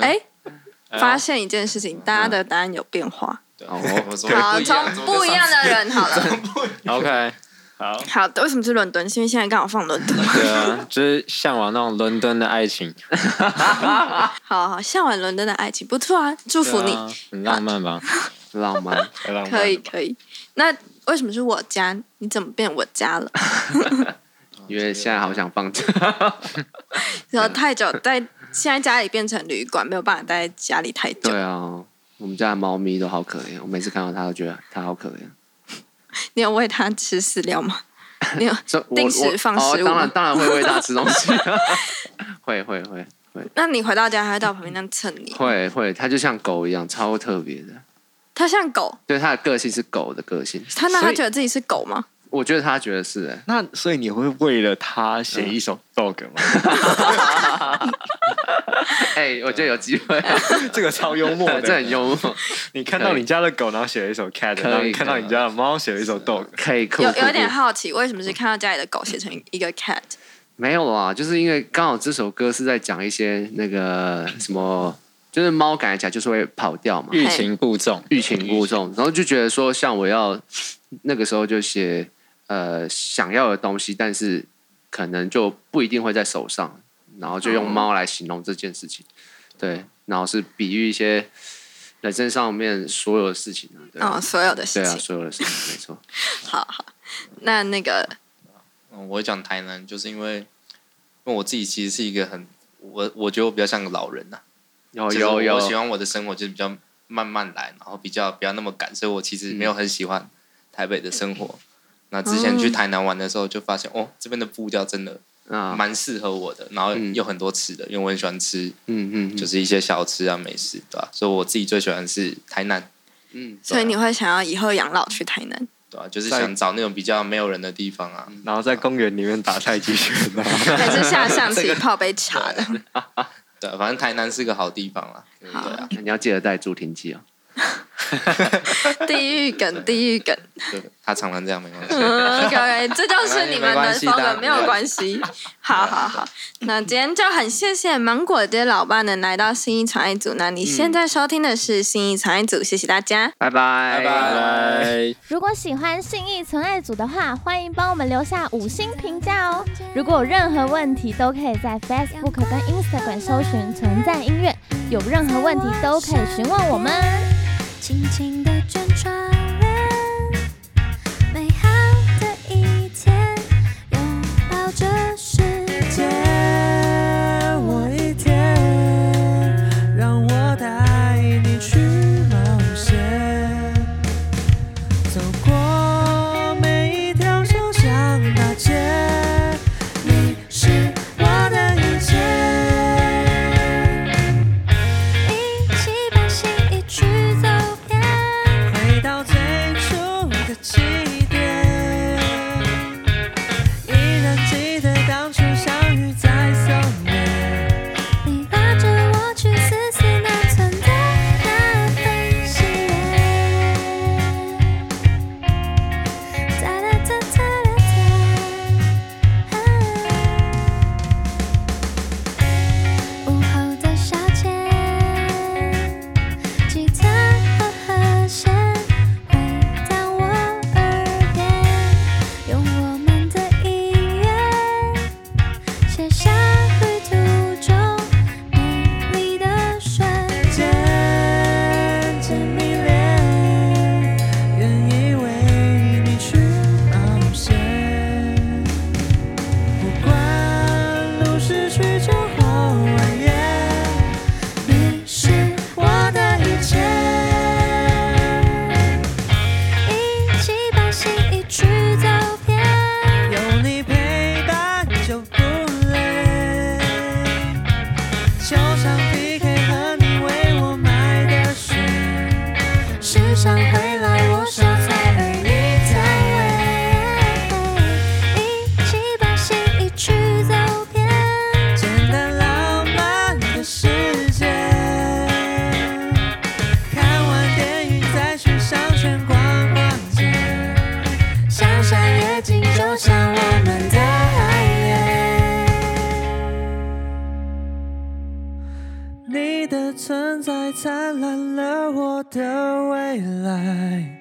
B: 哎，发现一件事情，大家的答案有变化。
C: 哦
D: 啊我怎么
B: 好，
D: 会不一
B: 从
D: 样怎么
B: 不
D: 跟
B: 一样
D: 上
B: 的人好了。
F: OK，
E: 好，
B: 好，为什么是伦敦？是因为现在刚好放伦敦。
F: 对啊，就是向往那种伦敦的爱情，
B: 好好，向往伦敦的爱情不错啊，祝福
F: 对
B: 你。
F: 啊很浪漫吧？
C: 浪漫。
E: 太浪漫了
B: 可以可以。那为什么是我家？你怎么变我家了？
D: 啊
C: 因为现在好想放假，
B: 然后太久在现在家里变成旅馆，没有办法待在家里太久
C: 对。啊，我们家的猫咪都好可怜，我每次看到它都觉得它好可怜。
B: 你有喂它吃饲料吗？你有？
C: 这我
B: 定时
C: 我
B: 放
C: 哦
B: 食物
C: 当然
B: 吗
C: 当然会喂它吃东西，会会会
B: 那你回到家，它会到旁边那样蹭你？
C: 会会，它就像狗一样，超特别的。
B: 它像狗，
C: 对，它的个性是狗的个性，
B: 它那它
C: 所以
B: 觉得自己是狗吗？
C: 我觉得它觉得是哎、
E: 那所以你会为了他写一首 dog 吗？
C: 哎、我觉得有机会，
E: 这个超幽 默
C: 这
E: 的
C: 很。幽默，
E: 你看到你家的狗，然后写了一首 cat，
C: 可以
E: 然后你看到你家的猫写了一首 dog，
C: 可以酷
B: 有
C: 酷
B: 有一点
C: 酷
B: 好奇，为什么是看到家里的狗写成一个 cat？
C: 没有啦，就是因为刚好这首歌是在讲一些那个什么，就是猫感觉起来就是会跑掉嘛，
F: 欲擒故纵，
C: 欲擒故纵，然后就觉得说，像我要那个时候就写呃想要的东西，但是可能就不一定会在手上，然后就
D: 哦
C: 用猫来形容这件事情，对，然后是比喻一些人生上面所有的事情啊，
D: 嗯
C: 对啊
B: 哦，所有的事
C: 对啊，
B: 情。
C: 所有的事情，没错，
D: 啊
B: 好好，那那个
D: 嗯，我会讲台南，就是因为，因为我自己其实是一个很，我我觉得我比较像个老人呐、
C: 有
D: 就是
C: 有
D: 我喜
C: 有，
D: 欢我的生活就是比较慢慢来，然后比较不要那么赶，所以我其实没有很喜欢台北的生活。那之
B: 哦
D: 前去台南玩的时候，就发现哦，这边的步调真的
C: 啊，
D: 蛮适合我的，然后有很多吃的，因为我很喜欢吃，
C: 嗯嗯，
D: 就是是一些小吃啊、美食，对吧、所以我自己最喜欢的是台南，
C: 嗯，
B: 所以你会想要以后养老去台 南？
D: 对吧、就是
E: 在嗯
D: 想找那种比较没有人的地方啊，
E: 然后在公园里面打太极拳啊。
B: 还是下象棋泡杯茶的？
D: 对啊、反正台南是个好地方啦，对啊，
C: 你要记得带助听器哦。
B: 地狱梗，地狱梗。
D: 对，他常常这样没关系。
B: 嗯，OK，这 就是你们的风格，没
D: 没
B: 有关
D: 关
B: 系。好好 好，那今天就很谢谢芒果街老爸能来到新一传爱组。那你现
D: 嗯
B: 在收听的是新一传爱组，谢谢大家。
C: 拜拜，
D: 拜拜
F: 拜。
A: 如果喜欢信义存爱组的话，欢迎帮我们留下五星评价哦。如果有任何问题，都可以在 Facebook 跟 Instagram 搜寻“存在音乐”，有任何问题都可以询问我们。
H: 轻轻地卷窗帘，美好的一天，拥抱这世界。
I: 我一天，让我带你去冒险，走过每一条小巷大街，你是我的一切。
H: 一起把心意去走遍，
I: 回到你的存在灿烂了我的未来。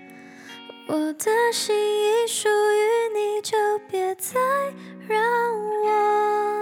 H: 我的心已属于你，就别再让我。